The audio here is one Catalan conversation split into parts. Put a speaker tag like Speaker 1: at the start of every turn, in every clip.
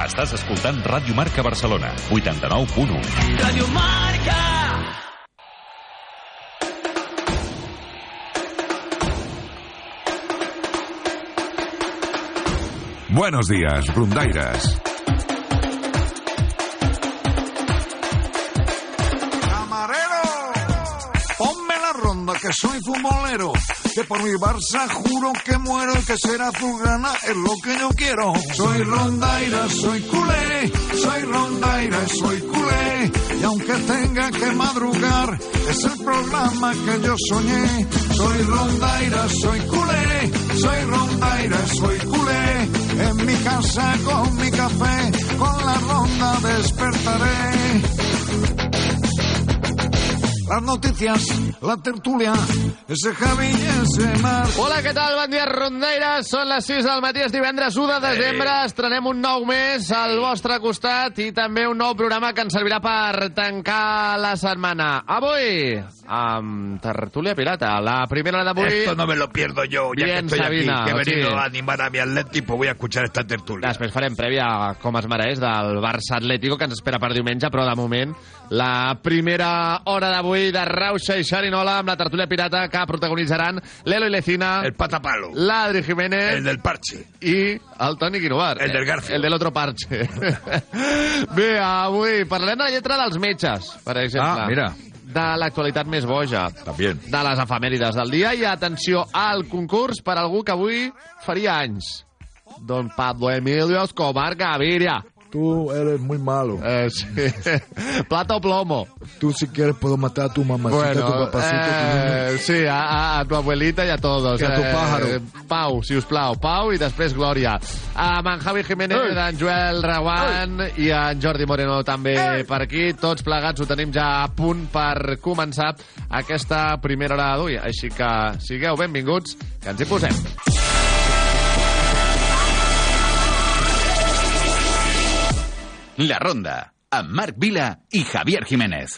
Speaker 1: Estàs escoltant Ràdio Marca Barcelona, 89.1.
Speaker 2: Radio Marca.
Speaker 3: Buenos días, Rundaires.
Speaker 4: Camarero, ponme la ronda que soy futbolero. Que por mi Barça juro que muero y que será azulgrana es lo que yo quiero. Soy rondaira, soy culé, soy rondaira, soy culé. Y aunque tenga que madrugar, es el programa que yo soñé. Soy rondaira, soy culé, soy rondaira, soy culé. En mi casa con mi café, con la ronda despertaré. Las noticias, la tertulia, ese Javi y ese Mar.
Speaker 5: Hola, què tal? Bon dia, Rondeires. Són les 6 del matí, és divendres 1 de desembre. Estrenem un nou mes al vostre costat i també un nou programa que ens servirà per tancar la setmana. Avui, amb Tertúlia Pirata, la primera d'avui...
Speaker 6: Esto no me lo pierdo yo, ya
Speaker 5: Bien,
Speaker 6: que estoy
Speaker 5: Sabina,
Speaker 6: aquí, que he
Speaker 5: sí.
Speaker 6: venido a animar a mi Atleti, pues voy a escuchar esta tertulia.
Speaker 5: Després farem prèvia, com es mereix, del Barça Atlético, que ens espera per diumenge, però de moment la primera hora d'avui de Rauxa i Xarinola amb la tertúlia pirata que protagonitzaran l'Elo i Lecina, el
Speaker 6: Patapalo,
Speaker 5: l'Adri Jiménez,
Speaker 6: el del parche,
Speaker 5: i el Toni Guinovar.
Speaker 6: El del Garfield.
Speaker 5: El de l'altre parche. Bé, avui parlarem de la lletra dels metges, per exemple.
Speaker 6: Ah, mira.
Speaker 5: De l'actualitat més boja.
Speaker 6: También.
Speaker 5: De les efemèrides del dia. I atenció al concurs per algú que avui faria anys. Don Pablo Emilio Escobar Gaviria.
Speaker 7: Tú eres muy malo.
Speaker 5: Eh, sí. Plata o plomo.
Speaker 7: Tú si quieres puedo matar a tu mamacita, a tu papacito, a
Speaker 5: eh, sí, a, a, a tu abuelita i a todos. eh,
Speaker 7: I a tu pájaro.
Speaker 5: Pau, si us plau, Pau i després Glòria. Amb en Javi Jiménez, Ei. en Joel Raguant i en Jordi Moreno també Ei. per aquí. Tots plegats ho tenim ja a punt per començar aquesta primera hora d'avui. Així que sigueu benvinguts, que ens hi posem.
Speaker 1: La Ronda, amb Marc Vila i Javier Jiménez.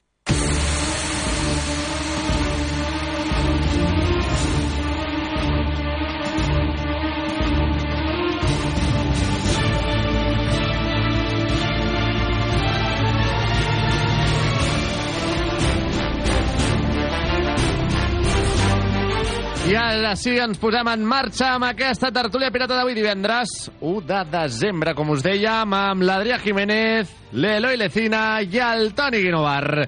Speaker 5: I ara sí, ens posem en marxa amb aquesta tertúlia pirata d'avui divendres, 1 de desembre, com us dèiem, amb l'Adrià Jiménez, l'Eloi Lecina i el Toni Guinovar.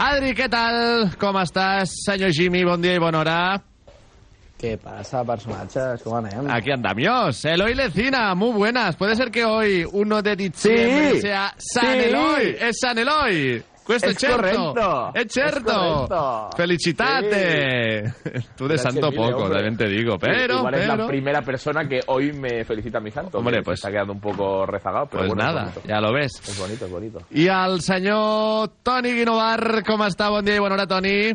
Speaker 5: Adri, què tal? Com estàs, senyor Jimmy? Bon dia i bona hora.
Speaker 8: ¿Qué pasa, personatges? Com anem?
Speaker 5: Aquí andamos. Eloi Lecina, muy buenas. Puede ser que hoy, 1 de diciembre,
Speaker 8: Sí.
Speaker 5: sea San
Speaker 8: Sí.
Speaker 5: Eloi. Es San Eloi. Questo
Speaker 8: Es
Speaker 5: è certo.
Speaker 8: correcto.
Speaker 5: Es certo.
Speaker 8: Es correcto.
Speaker 5: Felicitate. Tú de
Speaker 8: Gracias
Speaker 5: santo
Speaker 8: mil,
Speaker 5: poco,
Speaker 8: hombre.
Speaker 5: también te digo. Pero,
Speaker 8: Igual es la
Speaker 5: pero...
Speaker 8: primera persona que hoy me felicita mi santo.
Speaker 5: Hombre,
Speaker 8: que
Speaker 5: pues-
Speaker 8: Está quedando un poco rezagado, pero
Speaker 5: Pues
Speaker 8: bueno,
Speaker 5: nada,
Speaker 8: es bonito.
Speaker 5: ya lo ves.
Speaker 8: Es bonito, es bonito.
Speaker 5: I el senyor Toni Guinovar, com està? Bon dia i bona hora, Toni.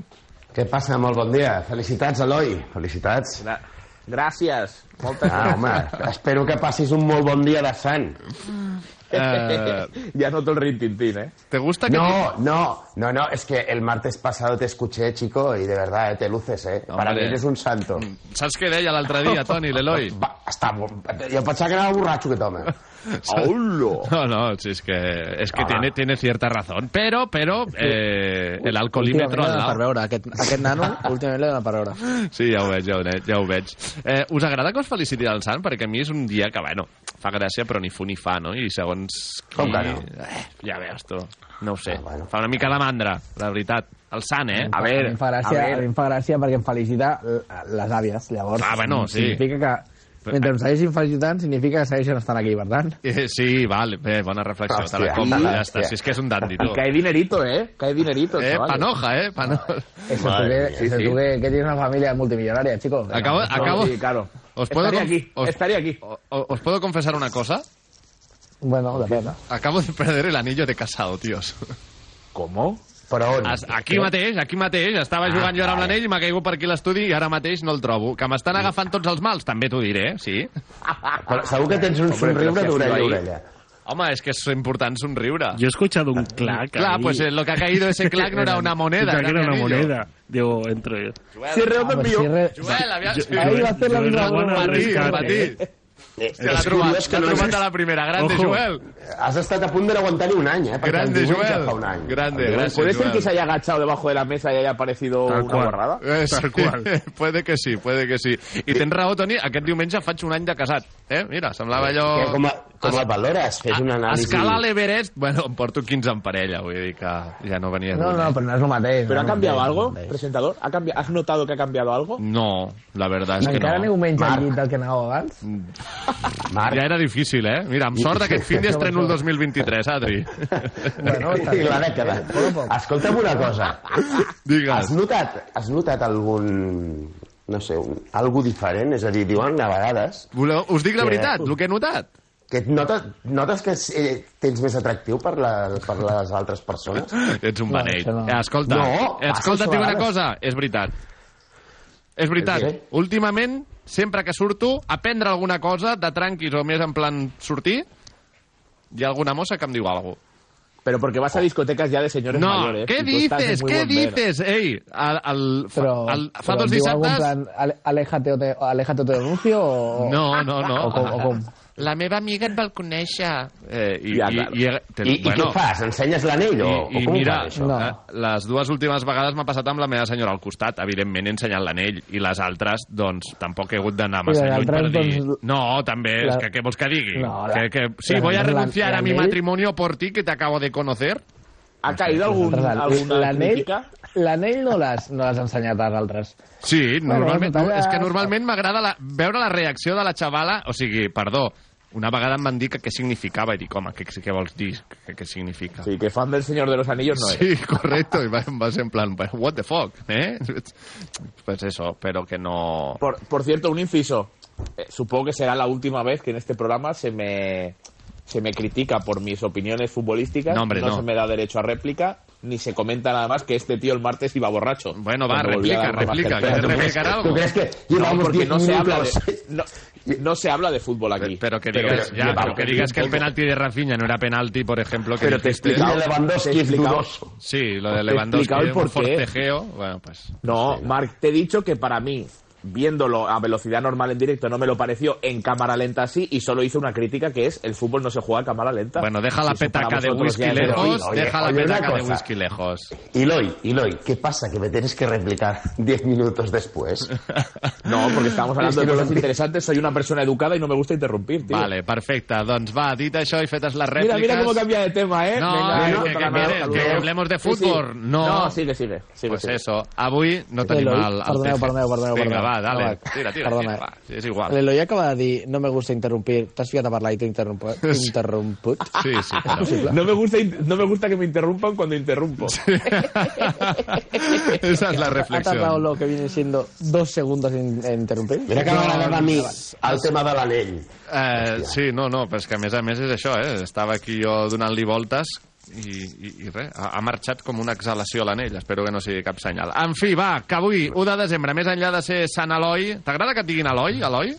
Speaker 9: Què passa? Molt bon dia. Felicitats, Eloi. Felicitats.
Speaker 8: Gra- Gracias. Moltes
Speaker 9: Ah, home, espero que passis un molt bon dia de sant.
Speaker 5: Eh,
Speaker 9: ya noto el rintintín, ¿eh?
Speaker 5: ¿Te gusta que
Speaker 9: No, no, no, no, es que el martes pasado te escuché, chico, y de verdad, eh, te luces, ¿eh? Para mí eres un santo.
Speaker 5: Saps què deia l'altre dia, Toni, l'Eloi?
Speaker 9: Va, està... bo- Jo pensava que era el borratxo que toma. ¡Hola!
Speaker 5: No, no, sí, es que, es que tiene, tiene cierta razón. Pero, pero, eh, el alcoholímetro
Speaker 8: Últimament
Speaker 5: al
Speaker 8: l'he donat per
Speaker 5: lado.
Speaker 8: veure. Aquest, aquest nano, últimament l'he donat per veure.
Speaker 5: Sí, ja ho veig, ja ho, veig, ja ho veig. Eh, us agrada que us feliciti el Sant? Perquè a mi és un dia que, bueno, fa gràcia, però ni fu ni fa, no? I segons qui...
Speaker 9: Com que no?
Speaker 5: Eh, ja veus, tu. No ho sé. Fa una mica de mandra, la veritat. El Sant, eh? A
Speaker 8: A mi
Speaker 5: veure,
Speaker 8: em fa gràcia, a, mi em fa gràcia perquè em felicita l- les àvies, llavors.
Speaker 5: Ah, bueno, sí.
Speaker 8: Significa que mentre em segueixin felicitant, significa que segueixen estant aquí, per tant.
Speaker 5: Eh, Sí, val, bé, bona reflexió, te
Speaker 8: Hòstia,
Speaker 5: la compro, ja
Speaker 8: hòstia.
Speaker 5: està. Si és que és un dandi, tu.
Speaker 8: Y cae
Speaker 9: dinerito, ¿eh? Cae dinerito,
Speaker 5: Eh,
Speaker 8: chavales.
Speaker 5: panoja, eh, panoja.
Speaker 8: Eso tú, que, eso tú que, que tienes una familia multimillonaria, chicos.
Speaker 5: Acabo,
Speaker 8: Eso
Speaker 5: acabo.
Speaker 8: pues, sí, claro.
Speaker 5: Os puedo
Speaker 8: Estaría
Speaker 5: conf-
Speaker 8: aquí,
Speaker 5: os-
Speaker 8: estaría aquí.
Speaker 5: o- o- ¿Os puedo confesar una cosa?
Speaker 8: Bueno, de pena.
Speaker 5: Acabo de perder el anillo de casado, tíos.
Speaker 9: ¿Cómo? Però on?
Speaker 5: Es, aquí mateix, aquí mateix. Estava
Speaker 9: Ah,
Speaker 5: jugant jo ara amb
Speaker 9: vale.
Speaker 5: l'anell i m'ha caigut per aquí a l'estudi i ara mateix no el trobo. Que m'estan agafant tots els mals, també t'ho diré, eh? sí.
Speaker 9: Però segur que tens un
Speaker 5: Hombre,
Speaker 9: somriure
Speaker 5: gracias,
Speaker 9: d'orella a
Speaker 5: Ibai.
Speaker 9: orella.
Speaker 5: Home, és que és important somriure.
Speaker 2: Yo he escuchado un clac.
Speaker 5: Claro,
Speaker 2: ahí.
Speaker 5: pues eh, lo que ha caído ese clac no era una moneda.
Speaker 2: Pensaba que
Speaker 5: mi
Speaker 2: era una
Speaker 5: anillo.
Speaker 2: moneda. Digo, entro yo.
Speaker 5: Cierre,
Speaker 8: Ah, pues cierre-
Speaker 5: Joel, aviam...
Speaker 2: Jo- Ahí va a hacer la Joel misma Raguant broma. al
Speaker 5: Per ti,
Speaker 2: rescate,
Speaker 5: per ti. Hòstia, l'ha trobat, l'ha trobat a la primera. Grande,
Speaker 9: Ojo.
Speaker 5: Joel.
Speaker 9: Has estat a punt de no aguantar-hi un any, eh? Perquè
Speaker 5: Grande,
Speaker 9: el diumenge
Speaker 5: Joel.
Speaker 9: Fa un any.
Speaker 5: Grande,
Speaker 9: El diumenge-
Speaker 5: gràcies, ¿Puede ser Joel. que se
Speaker 9: haya agachado debajo de la mesa y haya aparecido
Speaker 5: Tal qual. Eh, sí. Puede que sí, puede que sí. I tens raó, Toni, aquest diumenge faig un any de casat. Eh? Mira, semblava allò...
Speaker 9: Que com, a, com el valores? Fes un
Speaker 5: A
Speaker 9: anàlisi.
Speaker 5: escala a l'Everest, bueno, em porto 15 en parella, vull dir que ja no venia
Speaker 8: No,
Speaker 5: lluny.
Speaker 8: no, pero no es lo matéis.
Speaker 5: Però
Speaker 8: no
Speaker 5: ha canviat
Speaker 8: matéis,
Speaker 5: algo?
Speaker 8: no matéis.
Speaker 9: presentador? ¿Ha cambiado, ¿Has notado que ha cambiado algo?
Speaker 5: No, la verdad es que
Speaker 8: Encara aneu
Speaker 5: no.
Speaker 8: menys al llit del que anàveu abans?
Speaker 5: Ja era difícil, eh? Mira, amb sort aquest fin d'estreno el 2023, Adri.
Speaker 9: Bueno, I la dècada. Escolta'm una cosa.
Speaker 5: Digues.
Speaker 9: Has notat, has notat algun no sé, un, algo diferent? És a dir, diuen a vegades...
Speaker 5: Voleu, us dic la veritat, el que he notat.
Speaker 9: Que et notes, notes que eh, tens més atractiu per, la, per les altres persones?
Speaker 5: Ets un beneit.
Speaker 9: No, això
Speaker 5: Eh,
Speaker 9: no.
Speaker 5: Escolta,
Speaker 9: No,
Speaker 5: eh, escolta,
Speaker 9: passa
Speaker 5: tinc
Speaker 9: a
Speaker 5: una
Speaker 9: vegades.
Speaker 5: cosa. És veritat. És veritat.
Speaker 9: Què?
Speaker 5: Últimament, sempre que surto, a prendre alguna cosa de tranquis o més en plan sortir, hi ha alguna mossa que em diu alguna cosa.
Speaker 10: Pero porque vas a discotecas ya de señores
Speaker 5: Oh. No,
Speaker 9: eh?
Speaker 10: mayores.
Speaker 5: ¿qué
Speaker 10: y tú estás de
Speaker 5: dices?
Speaker 10: muy
Speaker 5: ¿Qué
Speaker 10: buen ver.
Speaker 5: dices? Ey, al, al- fa,
Speaker 8: Però,
Speaker 5: al- fa
Speaker 8: però
Speaker 5: dos
Speaker 8: diu algun
Speaker 5: dissabtes...
Speaker 8: Plan, ale- aléjate o te, aléjate o te denuncio o...
Speaker 5: No, no, no.
Speaker 8: O com, o com.
Speaker 5: La meva amiga et vol conèixer. Eh, i,
Speaker 9: Ja,
Speaker 5: i,
Speaker 9: clar.
Speaker 5: i,
Speaker 9: I- i què fas? Ensenyes l'anell o-
Speaker 5: I,
Speaker 9: o
Speaker 5: i
Speaker 9: com ho
Speaker 5: mira,
Speaker 9: fas, això?
Speaker 5: no. les dues últimes vegades m'ha passat amb la meva senyora al costat. Evidentment he ensenyat l'anell. I les altres, doncs, tampoc he hagut d'anar
Speaker 8: I
Speaker 5: massa
Speaker 8: les
Speaker 5: lluny per
Speaker 8: altres,
Speaker 5: dir...
Speaker 8: doncs,
Speaker 5: No, també,
Speaker 8: la-
Speaker 5: és que què vols que digui?
Speaker 8: No, la-
Speaker 5: que, que, sí,
Speaker 8: les
Speaker 5: voy a
Speaker 8: altres, la-
Speaker 5: renunciar a mi
Speaker 8: l'anell-
Speaker 5: matrimonio por ti, que te acabo de conocer.
Speaker 10: ¿Ha caído algún,
Speaker 8: Nosaltres,
Speaker 10: alguna
Speaker 8: l'anell-
Speaker 10: crítica?
Speaker 8: L'anell no l'has no l'has ensenyat als altres.
Speaker 5: Sí,
Speaker 8: Bueno,
Speaker 5: normalment,
Speaker 8: total,
Speaker 5: no, és que
Speaker 8: ja-
Speaker 5: normalment m'agrada la, veure la reacció de la xavala, o sigui, perdó, una vegada em van dir que què significava i dic, home, què, què vols dir? Què, què significa?
Speaker 10: Sí, que fan del Señor de los Anillos no
Speaker 5: Sí, correcto, y va, em va ser en plan, "Pues, what the fuck, eh? Pues eso, pero que no...
Speaker 10: Por, por cierto, un inciso. Eh, supongo que será la última vez que en este programa se me, se me critica por mis opiniones futbolísticas.
Speaker 5: No, hombre, no.
Speaker 10: se me da derecho a réplica. Ni se comenta nada más que este tío el martes iba borracho.
Speaker 5: Bueno, va,
Speaker 10: Cuando volvió a
Speaker 5: replica,
Speaker 10: dar una
Speaker 5: replica,
Speaker 10: masterclass.
Speaker 5: ¿quieres replicar algo? ¿Tú crees que
Speaker 10: No,
Speaker 5: llevamos
Speaker 10: porque
Speaker 5: 10
Speaker 10: no se, habla de,
Speaker 5: minutos?
Speaker 10: no, no se habla de fútbol aquí.
Speaker 5: Pero que digas, ya,
Speaker 10: llevamos
Speaker 5: pero que digas que el
Speaker 10: un poco.
Speaker 5: penalti de Rafinha no era penalti, por ejemplo, que
Speaker 10: Pero te he
Speaker 5: dijiste...
Speaker 10: explicado- De Lewandowski te he es explicado- dudoso.
Speaker 5: Sí, lo de
Speaker 10: te he
Speaker 5: Lewandowski,
Speaker 10: explicado el
Speaker 5: un
Speaker 10: porqué.
Speaker 5: forcejeo, bueno, pues...
Speaker 10: No, Marc, te he dicho que para mí, viéndolo a velocidad normal en directo, no me lo pareció en cámara lenta así y solo hice una crítica que es el fútbol no se juega a cámara lenta.
Speaker 5: Bueno, deja la
Speaker 10: Si eso para
Speaker 5: petaca de
Speaker 10: vosotros ya
Speaker 5: whisky
Speaker 10: es heroína.
Speaker 5: lejos,
Speaker 9: oye,
Speaker 5: deja la
Speaker 9: oye, una
Speaker 5: petaca de
Speaker 9: cosa.
Speaker 5: whisky lejos.
Speaker 9: Iloy, Iloy, ¿qué pasa? Que me tienes que replicar 10 minutos después.
Speaker 10: No, porque estamos
Speaker 9: Es
Speaker 10: hablando
Speaker 9: que no
Speaker 10: de cosas
Speaker 9: lo entiendo.
Speaker 10: interesantes, soy una persona educada y no me gusta interrumpir, tío.
Speaker 5: Vale, perfecte. Doncs va, dit això i fetes les
Speaker 10: Mira,
Speaker 5: rèpliques...
Speaker 10: mira cómo cambia de tema, ¿eh?
Speaker 5: No,
Speaker 10: Venga,
Speaker 5: que-
Speaker 10: no,
Speaker 5: que-
Speaker 10: para
Speaker 5: que
Speaker 10: nada,
Speaker 5: mire,
Speaker 10: saludos.
Speaker 5: que hablemos de
Speaker 10: Sí, sí.
Speaker 5: fútbol, no.
Speaker 10: No, sigue, sigue. sigue,
Speaker 5: pues
Speaker 10: sigue.
Speaker 5: eso, avui no
Speaker 8: Sí,
Speaker 5: tenim
Speaker 8: Eloi,
Speaker 5: al, al
Speaker 8: perdoneu,
Speaker 5: Tefe.
Speaker 8: perdoneu, perdoneu,
Speaker 5: Vinga,
Speaker 8: perdoneu.
Speaker 5: va, dale,
Speaker 8: No, va,
Speaker 5: tira, tira,
Speaker 8: perdoneu.
Speaker 5: tira, va, sí, és igual.
Speaker 8: L'Eloi acaba de dir, no me gusta interrumpir. T'has ficat a parlar i eh? t'he interromput. interromput.
Speaker 5: Sí, sí.
Speaker 10: No me, gusta, in- no me gusta que me interrumpan cuando interrumpo.
Speaker 5: Esa es la
Speaker 8: Ha tardado lo que viene siendo dos segundos en, en interrumpir.
Speaker 9: Mira que m'agradava a mi
Speaker 8: Doncs-
Speaker 9: el tema de l'anell.
Speaker 5: Eh, sí, no, no, però és que a més a més és això, eh? Estava aquí jo donant-li voltes i, i, i res, ha, ha marxat com una exhalació a l'anell, espero que no sigui cap senyal. En fi, va, que avui, 1 de desembre, més enllà de ser Sant Eloi... T'agrada que et diguin Eloi, Eloi?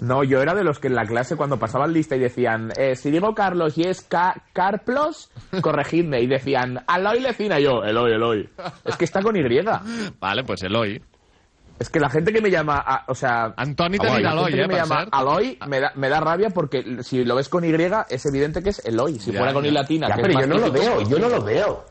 Speaker 10: No, yo era de los que en la clase cuando pasaban lista y decían, eh, si digo Carlos y es Ca- Carplos, corregidme. Y decían, Aloy Lecina. Y yo, Eloy, Eloy. Es que está con Y.
Speaker 5: Vale, pues Eloy.
Speaker 10: Es que la gente que me llama, a- o sea...
Speaker 5: Antoni
Speaker 10: Aloy,
Speaker 5: también
Speaker 10: la
Speaker 5: Aloy,
Speaker 10: gente que
Speaker 5: eh,
Speaker 10: me
Speaker 5: para
Speaker 10: llama
Speaker 5: ser.
Speaker 10: Aloy me da, me da rabia porque si lo ves con Y es evidente que es Eloy. Si
Speaker 9: Ya,
Speaker 10: fuera con
Speaker 9: ya.
Speaker 10: Y latina...
Speaker 9: Ya,
Speaker 10: que es
Speaker 9: pero
Speaker 10: más
Speaker 9: yo no lo
Speaker 10: típico,
Speaker 9: veo, yo no lo veo.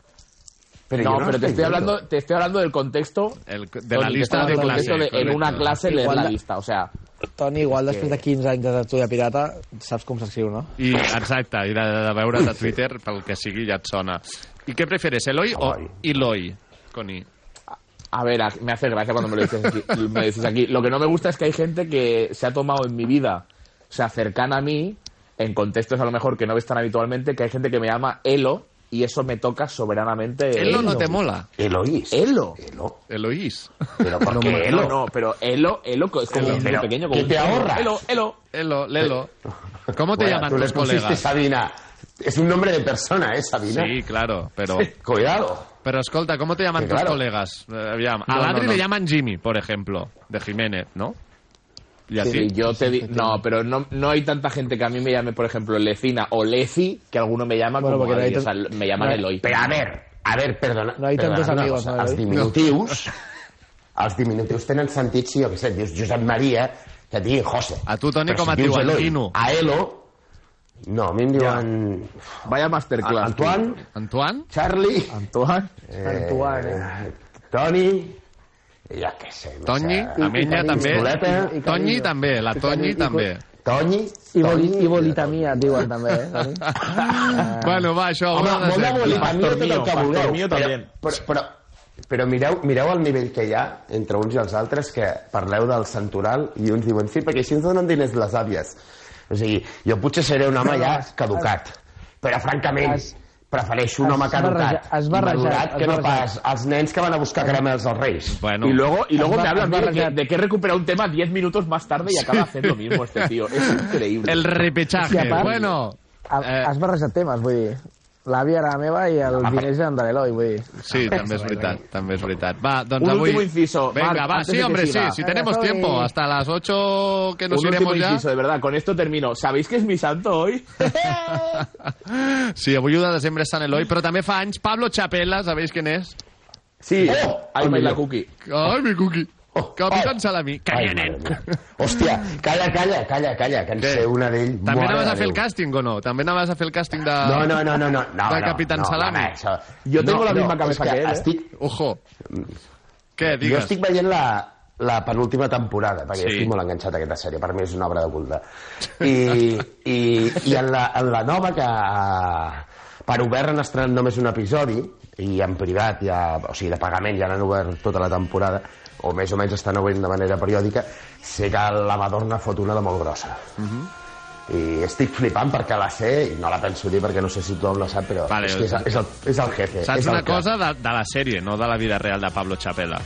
Speaker 9: Pero yo
Speaker 10: no,
Speaker 9: no lo
Speaker 10: pero te
Speaker 9: estoy
Speaker 10: estoy,
Speaker 9: viendo.
Speaker 10: hablando, te estoy hablando del contexto
Speaker 5: de la
Speaker 10: Tony,
Speaker 5: lista
Speaker 10: te
Speaker 5: de clase,
Speaker 10: estoy hablando del contexto de en
Speaker 5: correcto.
Speaker 10: una clase leer
Speaker 8: Igual
Speaker 10: la
Speaker 8: la-
Speaker 10: lista, o sea...
Speaker 8: Toni, igual
Speaker 10: que-
Speaker 8: després de 15 anys de tertúlia pirata, saps com s'escriu, no?
Speaker 5: I, exacte, i de, de veure't a Twitter, pel que sigui, ja et sona. I què preferes, Eloi o Iloi? Con I.
Speaker 10: A ver, a- me hace gracia cuando me lo, dices aquí, me lo dices aquí. Lo que no me gusta es que hay gente que se ha tomado en mi vida, o sea, cercana a mí, en contextos a lo mejor que no ves tan habitualmente, que hay gente que me llama Elo y eso me toca soberanamente.
Speaker 5: Elo no te mola.
Speaker 10: Eloís. Elo.
Speaker 5: Eloís.
Speaker 9: Pero
Speaker 10: ¿por
Speaker 5: qué Elo?
Speaker 10: No, no, pero Elo, Elo es como
Speaker 5: Elo.
Speaker 10: un
Speaker 5: Pero,
Speaker 10: niño pequeño. Como
Speaker 5: ¿qué te
Speaker 10: un-
Speaker 5: ahorras?
Speaker 10: Elo, Elo.
Speaker 5: Elo, Lelo.
Speaker 10: Eh.
Speaker 5: ¿Cómo te
Speaker 9: Bueno,
Speaker 5: llaman
Speaker 9: tú le
Speaker 5: tus
Speaker 9: pusiste
Speaker 5: colegas?
Speaker 9: Sabina. Es un nombre de persona, ¿eh, Sabina?
Speaker 5: Sí, claro, pero...
Speaker 9: Cuidado.
Speaker 5: Pero escolta, ¿cómo te llaman
Speaker 9: Que
Speaker 5: tus
Speaker 9: claro.
Speaker 5: colegas? Eh, aviam,
Speaker 10: No,
Speaker 5: a Adri
Speaker 10: no, no.
Speaker 5: le llaman Jimmy, por ejemplo, de Jiménez, ¿no? ¿Y a
Speaker 10: Sí,
Speaker 5: ti?
Speaker 10: yo te di- no, pero no, no hay tanta gente que a mí me llame, por ejemplo, Lecina o Leci, que alguno me llama
Speaker 9: Bueno,
Speaker 10: como
Speaker 9: porque no hay
Speaker 10: Adri, o sea,
Speaker 9: tan-
Speaker 10: me llaman
Speaker 9: no-
Speaker 10: Eloy.
Speaker 9: Pero a ver, a ver, perdona.
Speaker 10: No hay
Speaker 9: perdona
Speaker 10: tantos
Speaker 9: una
Speaker 10: amigos,
Speaker 9: cosa,
Speaker 10: ¿no, eh?
Speaker 9: Els
Speaker 10: Eloi?
Speaker 9: diminutius... Els diminutius tenen sentit si, jo què sé, dius Josep Maria, que et diguin José.
Speaker 5: A tu, Toni,
Speaker 9: Però
Speaker 5: com
Speaker 9: si
Speaker 5: et
Speaker 9: dius
Speaker 5: diuen?
Speaker 9: Eloi,
Speaker 5: Quino.
Speaker 9: A Elo... No, a mi em diuen...
Speaker 10: Vaya masterclass.
Speaker 9: Antoine,
Speaker 5: Antoine?
Speaker 9: Charlie...
Speaker 10: Antoine?
Speaker 9: Eh,
Speaker 8: Antoine,
Speaker 9: Toni... Ja què sé. no
Speaker 5: Toñi,
Speaker 9: sé,
Speaker 5: la Menya també.
Speaker 9: Pistoleta.
Speaker 5: Toñi també, la Toñi també.
Speaker 9: Toñi,
Speaker 8: I, boli, i bolitamia, et diuen també, eh? Toni?
Speaker 5: Bueno, va, això...
Speaker 9: Home,
Speaker 5: haurà de
Speaker 9: molt
Speaker 5: ser.
Speaker 9: de bolitamia tot el que
Speaker 10: Pastor
Speaker 9: vulgueu.
Speaker 10: Mio
Speaker 9: però,
Speaker 10: també.
Speaker 9: però, però, però mireu, mireu el nivell que hi ha entre uns i els altres que parleu del santoral i uns diuen sí, perquè així ens donen diners les àvies. O sigui, jo potser seré un home ja caducat, però francament
Speaker 8: Has-
Speaker 9: prefereixo un
Speaker 8: has
Speaker 9: home caducat
Speaker 8: barrejat- has
Speaker 9: i
Speaker 8: barrejat-
Speaker 9: madurat que
Speaker 8: has
Speaker 9: no pas
Speaker 8: barrejat.
Speaker 9: els nens que van a buscar caramels als reis.
Speaker 5: Bueno.
Speaker 10: Y luego, y luego
Speaker 9: Has
Speaker 10: me
Speaker 9: ba-
Speaker 10: hablan
Speaker 9: has
Speaker 10: de que,
Speaker 9: barrejado.
Speaker 10: de que recupera un tema 10 minutos más tarde y acaba haciendo lo mismo este tío. Es increíble.
Speaker 5: El repechaje.
Speaker 8: I a part-
Speaker 5: bueno, eh,
Speaker 8: Ha- Has barrejat temes, vull dir. L'àvia era la meva i els diners eren de l'Eloi, vull dir.
Speaker 5: sí, també és veritat, també és veritat. Va, doncs
Speaker 10: Un
Speaker 5: avui...
Speaker 10: último inciso.
Speaker 5: Venga,
Speaker 10: Marc,
Speaker 5: va,
Speaker 10: antes
Speaker 5: sí,
Speaker 10: de que
Speaker 5: hombre, sí,
Speaker 10: siga.
Speaker 5: si tenemos tiempo, hasta las 8 que nos
Speaker 10: un último
Speaker 5: iremos ya.
Speaker 10: inciso, de verdad. Con esto termino. ¿Sabéis que es mi santo hoy?
Speaker 5: Sí, avui 1 de desembre és Sant Eloi, però també fa anys Pablo Chapela, sabeu quin és?
Speaker 10: Sí.
Speaker 9: el
Speaker 10: Ahí me la
Speaker 9: millor.
Speaker 10: cookie.
Speaker 5: Ai, mi cuqui. Capitán Salamí. Calla,
Speaker 9: Oh. Ai,
Speaker 5: nen.
Speaker 9: madre mía. Hòstia, calla, calla, calla, calla, que en
Speaker 5: Què?
Speaker 9: sé una d'ell.
Speaker 5: També
Speaker 9: mare
Speaker 5: anaves a
Speaker 9: de
Speaker 5: fer el
Speaker 9: Déu.
Speaker 5: càsting o no? També anaves a fer el càsting de...
Speaker 9: No, no, no, no, no. no
Speaker 5: de
Speaker 9: no,
Speaker 5: Capitán
Speaker 9: no,
Speaker 5: Salami.
Speaker 9: home, això-
Speaker 5: Jo tengo la misma
Speaker 9: és
Speaker 5: cabeza que él, eh?
Speaker 9: Estic,
Speaker 5: Ojo. Què,
Speaker 9: jo
Speaker 5: digues?
Speaker 9: estic veient la, la penúltima temporada, perquè
Speaker 5: Sí.
Speaker 9: sí. estic molt enganxat a aquesta sèrie, per mi és una obra de culte. I, i, i en, la, en la nova, que eh, per obert han estrenat només un episodi, i en privat, ja, o sigui, de pagament, ja l'han obert tota la temporada, o més o menys estan obrint de manera periòdica, sé que la Madonna fot una de molt grossa.
Speaker 11: Mm-hmm.
Speaker 9: I estic flipant perquè la sé, i no la penso dir perquè no sé si tothom la sap, però
Speaker 5: Vale.
Speaker 9: és, que és, és, el, és el jefe.
Speaker 5: Saps
Speaker 9: és el
Speaker 5: una
Speaker 9: que-
Speaker 5: cosa de, de la sèrie, no de la vida real de Pablo Chapela.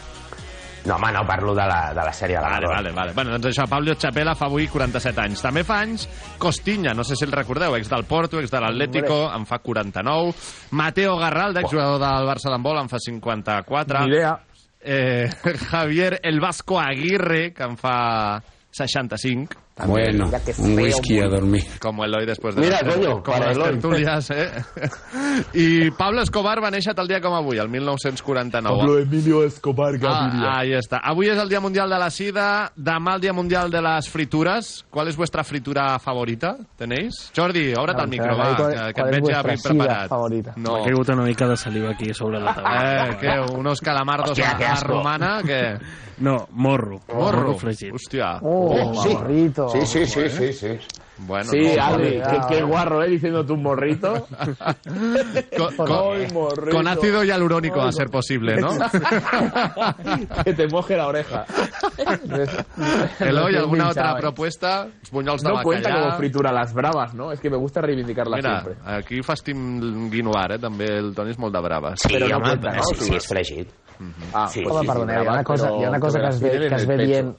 Speaker 9: No, home, no parlo de la, de la sèrie de la
Speaker 5: Vale,
Speaker 9: Madonna.
Speaker 5: vale, vale. Bueno, doncs això, Pablo Chapela fa avui 47 anys. També fa anys Costinya, no sé si el recordeu, ex del Porto, ex de l'Atlético, en fa 49. Mateo Garralda,
Speaker 9: Oh.
Speaker 5: exjugador del Barça d'handbol, en fa 54.
Speaker 10: Ni idea.
Speaker 5: Eh, Javier El Vasco Aguirre, que en fa 65. també.
Speaker 12: Bueno, un whisky a dormir.
Speaker 5: Como Eloy después de
Speaker 12: Mira,
Speaker 5: las,
Speaker 12: coño,
Speaker 5: como
Speaker 12: para
Speaker 5: las
Speaker 12: Eloy.
Speaker 5: tertulias, eh? I Pablo Escobar va néixer tal dia com avui, el 1949.
Speaker 4: Emilio Escobar
Speaker 5: Ah, ahí está. Avui és el Dia Mundial de la Sida, demà el Dia Mundial de les Fritures. ¿Cuál es vuestra fritura favorita? ¿Tenéis? Jordi, obre't el micro, va, que, que et veig ja ben preparat.
Speaker 2: No.
Speaker 5: No.
Speaker 2: M'ha caigut una mica de saliva aquí sobre la taula.
Speaker 5: Eh, què, unos calamardos
Speaker 2: Hòstia,
Speaker 5: a,
Speaker 2: que
Speaker 5: la
Speaker 2: asco.
Speaker 5: romana? Que...
Speaker 2: No, morro.
Speaker 5: Morro.
Speaker 2: fregit.
Speaker 5: Hòstia.
Speaker 8: Oh,
Speaker 2: sí.
Speaker 8: Rito.
Speaker 9: Sí, sí, sí, sí, sí.
Speaker 5: eh. Bueno,
Speaker 10: sí,
Speaker 5: no,
Speaker 10: Adri,
Speaker 5: no.
Speaker 10: qué, qué guarro, ¿eh? Diciendo tu morrito.
Speaker 5: Con,
Speaker 10: Ay,
Speaker 5: con,
Speaker 10: morrito.
Speaker 5: con ácido hialurónico, a ser posible, ¿no?
Speaker 10: que te moje la oreja.
Speaker 5: Eloy, ¿alguna otra
Speaker 10: Pinchado, eh.
Speaker 5: propuesta? Os Bunyols de
Speaker 10: No cuenta
Speaker 5: bacallà.
Speaker 10: como fritura las bravas, ¿no? Es que me gusta reivindicarlas
Speaker 5: Mira,
Speaker 10: siempre.
Speaker 5: aquí fas Team Guinoar, eh? També el Toni és molt de braves. Mhm.
Speaker 9: Sí,
Speaker 10: Però no
Speaker 9: home,
Speaker 10: cuenta,
Speaker 9: sí,
Speaker 10: no?
Speaker 9: sí, és fregit.
Speaker 10: Ah,
Speaker 9: Sí.
Speaker 8: Home, perdoneu, hi ha una cosa, hi ha una cosa que es ve, que es ve dient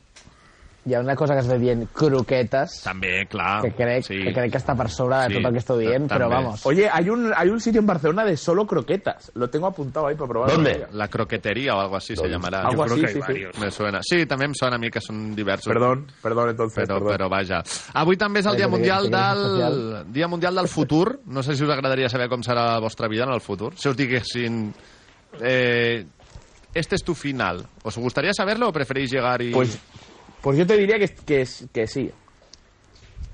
Speaker 8: hi ha una cosa que es ve bien, croquetas.
Speaker 5: També, clar.
Speaker 8: Que crec que, crec que està per sobre de
Speaker 10: Sí,
Speaker 8: tot el que estou dient, però
Speaker 10: También.
Speaker 8: vamos.
Speaker 10: Oye, hay un, hay un sitio en Barcelona de solo croquetas. Lo tengo apuntado ahí para probar.
Speaker 5: La croquetería o algo así se llamará.
Speaker 10: Doncs Algo
Speaker 5: Yo creo
Speaker 10: así,
Speaker 5: que hay
Speaker 10: sí, sí.
Speaker 5: varios. Me suena. Sí, també em sona a mi que són diversos.
Speaker 10: Perdón, perdón, entonces.
Speaker 5: Però,
Speaker 10: perdón.
Speaker 5: però vaja. Avui també és el
Speaker 10: Ai,
Speaker 5: Dia
Speaker 10: que
Speaker 5: Mundial
Speaker 10: que
Speaker 5: del,
Speaker 10: que
Speaker 5: Dia Mundial del Futur. No sé si us agradaria saber com serà la vostra vida en el futur. Si us diguessin... Eh, este es tu final. ¿Os gustaría saberlo o preferís llegar y...?
Speaker 10: Pues- Pues yo te diría que, que, es- que sí.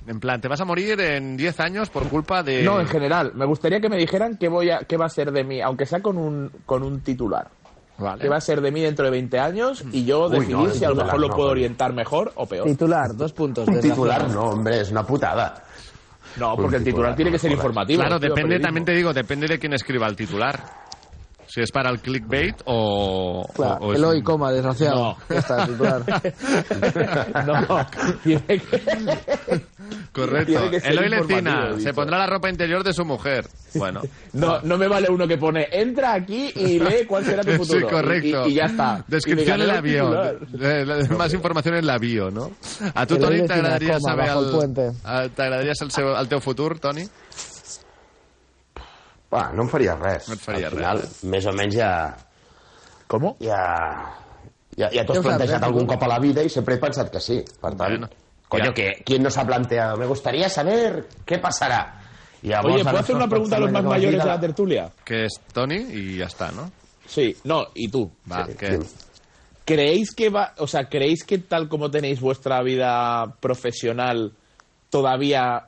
Speaker 5: En plan, te vas a morir en 10 años por culpa de...
Speaker 10: No, en general. Me gustaría que me dijeran qué, voy a, qué va a ser de mí, aunque sea con un, con un titular.
Speaker 5: Vale.
Speaker 10: ¿Qué va a ser de mí dentro de 20 años? Y yo
Speaker 9: Uy, no,
Speaker 10: decidir
Speaker 9: el
Speaker 10: si a lo
Speaker 9: titular
Speaker 10: mejor lo
Speaker 9: no,
Speaker 10: puedo
Speaker 9: coño.
Speaker 10: orientar mejor o peor.
Speaker 8: Titular, dos puntos.
Speaker 9: Un
Speaker 10: desgraciado.
Speaker 9: titular no, hombre, es una putada.
Speaker 10: No, porque el titular tiene que ser informativo.
Speaker 5: Claro,
Speaker 10: tío,
Speaker 5: depende,
Speaker 10: periodismo.
Speaker 5: también te digo, depende de quién escriba el titular. Si es para el clickbait o...
Speaker 8: Clar,
Speaker 5: o- o es-
Speaker 8: Eloi, coma, desgraciado.
Speaker 5: No.
Speaker 8: Ja està, titular.
Speaker 10: no,
Speaker 5: Correcto.
Speaker 10: Tiene que ser
Speaker 5: Eloy
Speaker 10: informativo, he
Speaker 5: Lecina se
Speaker 10: dicho.
Speaker 5: pondrá la ropa interior de su mujer. Bueno.
Speaker 10: No, no me vale uno que pone, entra aquí y lee cuál será tu futuro.
Speaker 5: Sí, correcto.
Speaker 10: Y, y- y ya está.
Speaker 5: Descripción
Speaker 10: Y
Speaker 5: en
Speaker 10: me gané
Speaker 5: la
Speaker 10: el
Speaker 5: bio.
Speaker 10: titular.
Speaker 5: Eh, la- Más información en la bio, no? A tu,
Speaker 8: Eloy
Speaker 5: Toni,
Speaker 8: Lecina,
Speaker 5: t'agradaria
Speaker 8: coma,
Speaker 5: saber...
Speaker 8: bajo el
Speaker 5: El,
Speaker 8: puente.
Speaker 5: a- t'agradaria el, seu, el teu futur, Toni?
Speaker 9: Va, no em faria res.
Speaker 5: No et faria
Speaker 9: Al final,
Speaker 5: res.
Speaker 9: més o menys ja...
Speaker 10: Com?
Speaker 9: Ja... Ja, ja t'ho
Speaker 5: Ja
Speaker 9: has
Speaker 5: ho saps,
Speaker 9: plantejat
Speaker 5: eh?
Speaker 9: algun cop a la vida i sempre he pensat que sí. Per tant, bueno, coño,
Speaker 5: ja.
Speaker 9: que quien no s'ha planteado? Me gustaría saber què passarà. I llavors,
Speaker 10: Oye, ¿puedo
Speaker 9: ara
Speaker 10: hacer una
Speaker 9: nosaltres
Speaker 10: pregunta a los
Speaker 9: pensem
Speaker 10: más
Speaker 9: en la
Speaker 10: mayores
Speaker 9: vida.
Speaker 10: de la tertulia?
Speaker 5: Que és Toni i ja està, no?
Speaker 10: Sí, no, y tú.
Speaker 5: Va, que...
Speaker 10: ¿Creéis que va, o sea, creéis que tal como tenéis vuestra vida profesional todavía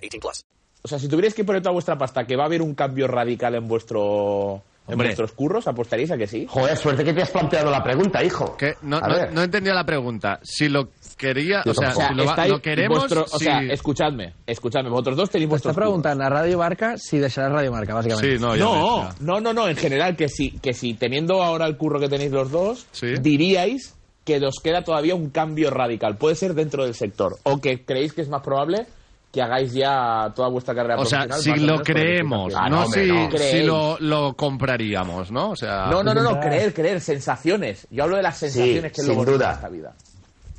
Speaker 13: 18 plus.
Speaker 10: O sea, si tuvierais que poner toda vuestra pasta que va a haber un cambio radical en vuestro en
Speaker 9: Hombre.
Speaker 10: vuestros curros, ¿apostaríais a que sí?
Speaker 9: Joder, suerte que te has planteado la pregunta, hijo.
Speaker 5: Que no,
Speaker 9: A
Speaker 5: no,
Speaker 9: ver.
Speaker 5: no entendía la pregunta. Si lo quería...
Speaker 9: Yo
Speaker 5: O sea,
Speaker 9: tampoco.
Speaker 5: si lo, va-
Speaker 10: estáis
Speaker 5: lo queremos...
Speaker 10: vuestro- o
Speaker 5: si-
Speaker 10: sea, escuchadme, escuchadme, vosotros dos tenéis
Speaker 8: Està
Speaker 10: vuestros curros.
Speaker 8: preguntant a Radio Marca si deixaràs Radio Marca, bàsicament.
Speaker 10: no, no, no, no, en general que si que si teniendo ahora el curro que tenéis los dos, diríais que os queda todavía un cambio radical, puede ser dentro del sector o que creéis que es más probable que hagáis ya toda vuestra carrera
Speaker 5: O sea,
Speaker 10: profesional
Speaker 5: si
Speaker 10: más o
Speaker 5: lo
Speaker 10: menos por el
Speaker 5: creemos,
Speaker 10: mismo tiempo.
Speaker 5: no,
Speaker 10: Ah, hombre,
Speaker 5: si,
Speaker 10: no.
Speaker 5: si
Speaker 10: Creéis.
Speaker 5: lo, lo compraríamos, ¿no? O sea...
Speaker 10: No, no, no, no, creer, creer, sensaciones. Yo hablo de las sensaciones que es lo
Speaker 5: sin
Speaker 10: bonito de
Speaker 5: duda.
Speaker 10: esta vida.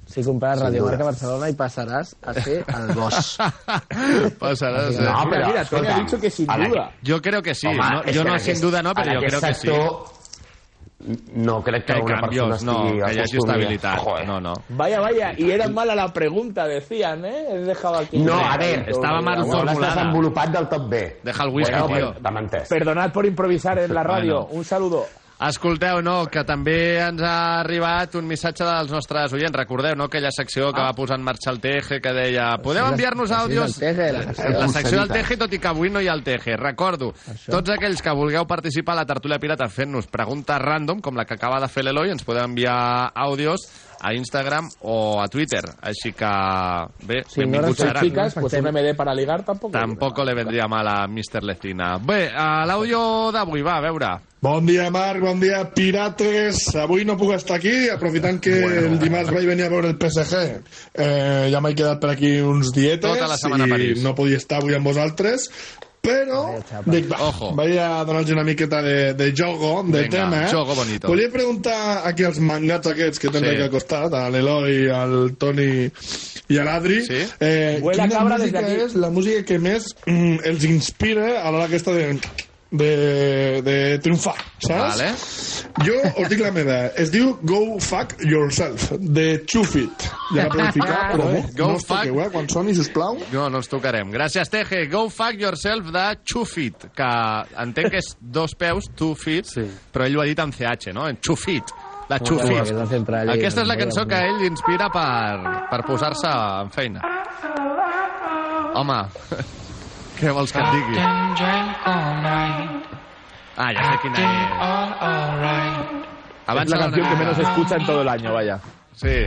Speaker 8: Si compraràs
Speaker 10: Sin
Speaker 8: Radio
Speaker 10: duda.
Speaker 8: Marca Barcelona i passaràs a ser el boss.
Speaker 5: Pues Pasarás.
Speaker 8: No,
Speaker 5: eh.
Speaker 8: pero, Mira, Tony ha escolta, dicho que sin en duda. aqu-
Speaker 5: Yo creo que sí.
Speaker 9: Home,
Speaker 5: no-
Speaker 9: és
Speaker 5: yo
Speaker 9: que
Speaker 5: no
Speaker 9: en
Speaker 5: sin
Speaker 9: aquest-
Speaker 5: duda no,
Speaker 9: en
Speaker 5: pero yo creo
Speaker 9: aquest
Speaker 5: que sí.
Speaker 9: sector, No crec que,
Speaker 5: Que hay
Speaker 9: una
Speaker 5: cambios,
Speaker 9: persona
Speaker 5: no,
Speaker 9: estigui
Speaker 5: que haya
Speaker 9: acostumbrada-
Speaker 5: estabilidad. No, no.
Speaker 10: Vaya, vaya, y era mala la pregunta, decían, ¿eh? He dejado aquí.
Speaker 9: No, a ver,
Speaker 10: mal
Speaker 9: no l'has desenvolupat del tot bé.
Speaker 5: Deja el whisky,
Speaker 9: bueno,
Speaker 5: tio.
Speaker 9: Bueno, t'hem entès.
Speaker 10: Perdonad por improvisar en la radio.
Speaker 5: Bueno.
Speaker 10: Un saludo.
Speaker 5: Escolteu, no, que també ens ha arribat un missatge dels nostres oients. Recordeu, no, aquella secció
Speaker 10: Ah.
Speaker 5: que va posar en marxa el Teje, que deia... Podeu enviar-nos àudios... La secció del Teje, tot i que avui no hi ha el Teje. Recordo, tots aquells que vulgueu participar a la tertúlia pirata fent-nos preguntes random, com la que acaba de fer l'Eloi, ens podeu enviar àudios a Instagram o a Twitter. Així que, bé,
Speaker 10: Si no
Speaker 5: benvinguts
Speaker 10: sois
Speaker 5: seran.
Speaker 10: chicas, pues un MD para ligar tampoco.
Speaker 5: Tampoco le vendría mal a Mr. Lecina. Bé, a l'àudio d'avui, va, a veure.
Speaker 14: Bon dia, Marc, bon dia, pirates. Avui no puc estar aquí, aprofitant que bueno. el dimarts vaig venir a veure el PSG. Eh, ja m'he quedat per aquí uns dietes
Speaker 5: Tota la setmana a
Speaker 14: i
Speaker 5: París.
Speaker 14: no podia estar avui amb vosaltres, però dic, va, vaig a donar-los una miqueta de, de jogo, de
Speaker 5: Vinga,
Speaker 14: tema. Eh?
Speaker 5: jogo bonito.
Speaker 14: Volia preguntar aquí als mangats aquests que tenen
Speaker 5: Sí.
Speaker 14: sí. aquí al costat, a l'Eloi, al Toni i a l'Adri,
Speaker 5: Sí.
Speaker 14: eh,
Speaker 5: Huele a
Speaker 14: quina
Speaker 5: cabra des
Speaker 14: música
Speaker 5: d'aquí.
Speaker 14: és la música que més mm, els inspira a l'hora aquesta de, de, de triomfar, saps?
Speaker 5: Vale.
Speaker 14: Jo us dic la meva. Es diu Go Fuck Yourself, de Chuff It. Ja la podeu ficar, però bé,
Speaker 5: Go
Speaker 14: no us toqueu, eh, quan soni, sisplau.
Speaker 5: No, no els tocarem. Gràcies, Teje. Go fuck yourself de Chufit, que entenc que és dos peus, two feet, sí. però ell ho ha dit amb CH, no? En Chufit. La
Speaker 8: Home,
Speaker 5: Chufit.
Speaker 8: que no sempre allà,
Speaker 5: Aquesta és la
Speaker 8: no,
Speaker 5: cançó
Speaker 8: no.
Speaker 5: que ell inspira per, per posar-se en feina. Home, què vols que et digui? Ah, ja sé quina és.
Speaker 10: Es la
Speaker 5: Avança una
Speaker 10: canción que
Speaker 5: mica.
Speaker 10: menos se escucha en todo el año, vaya.
Speaker 5: Sí.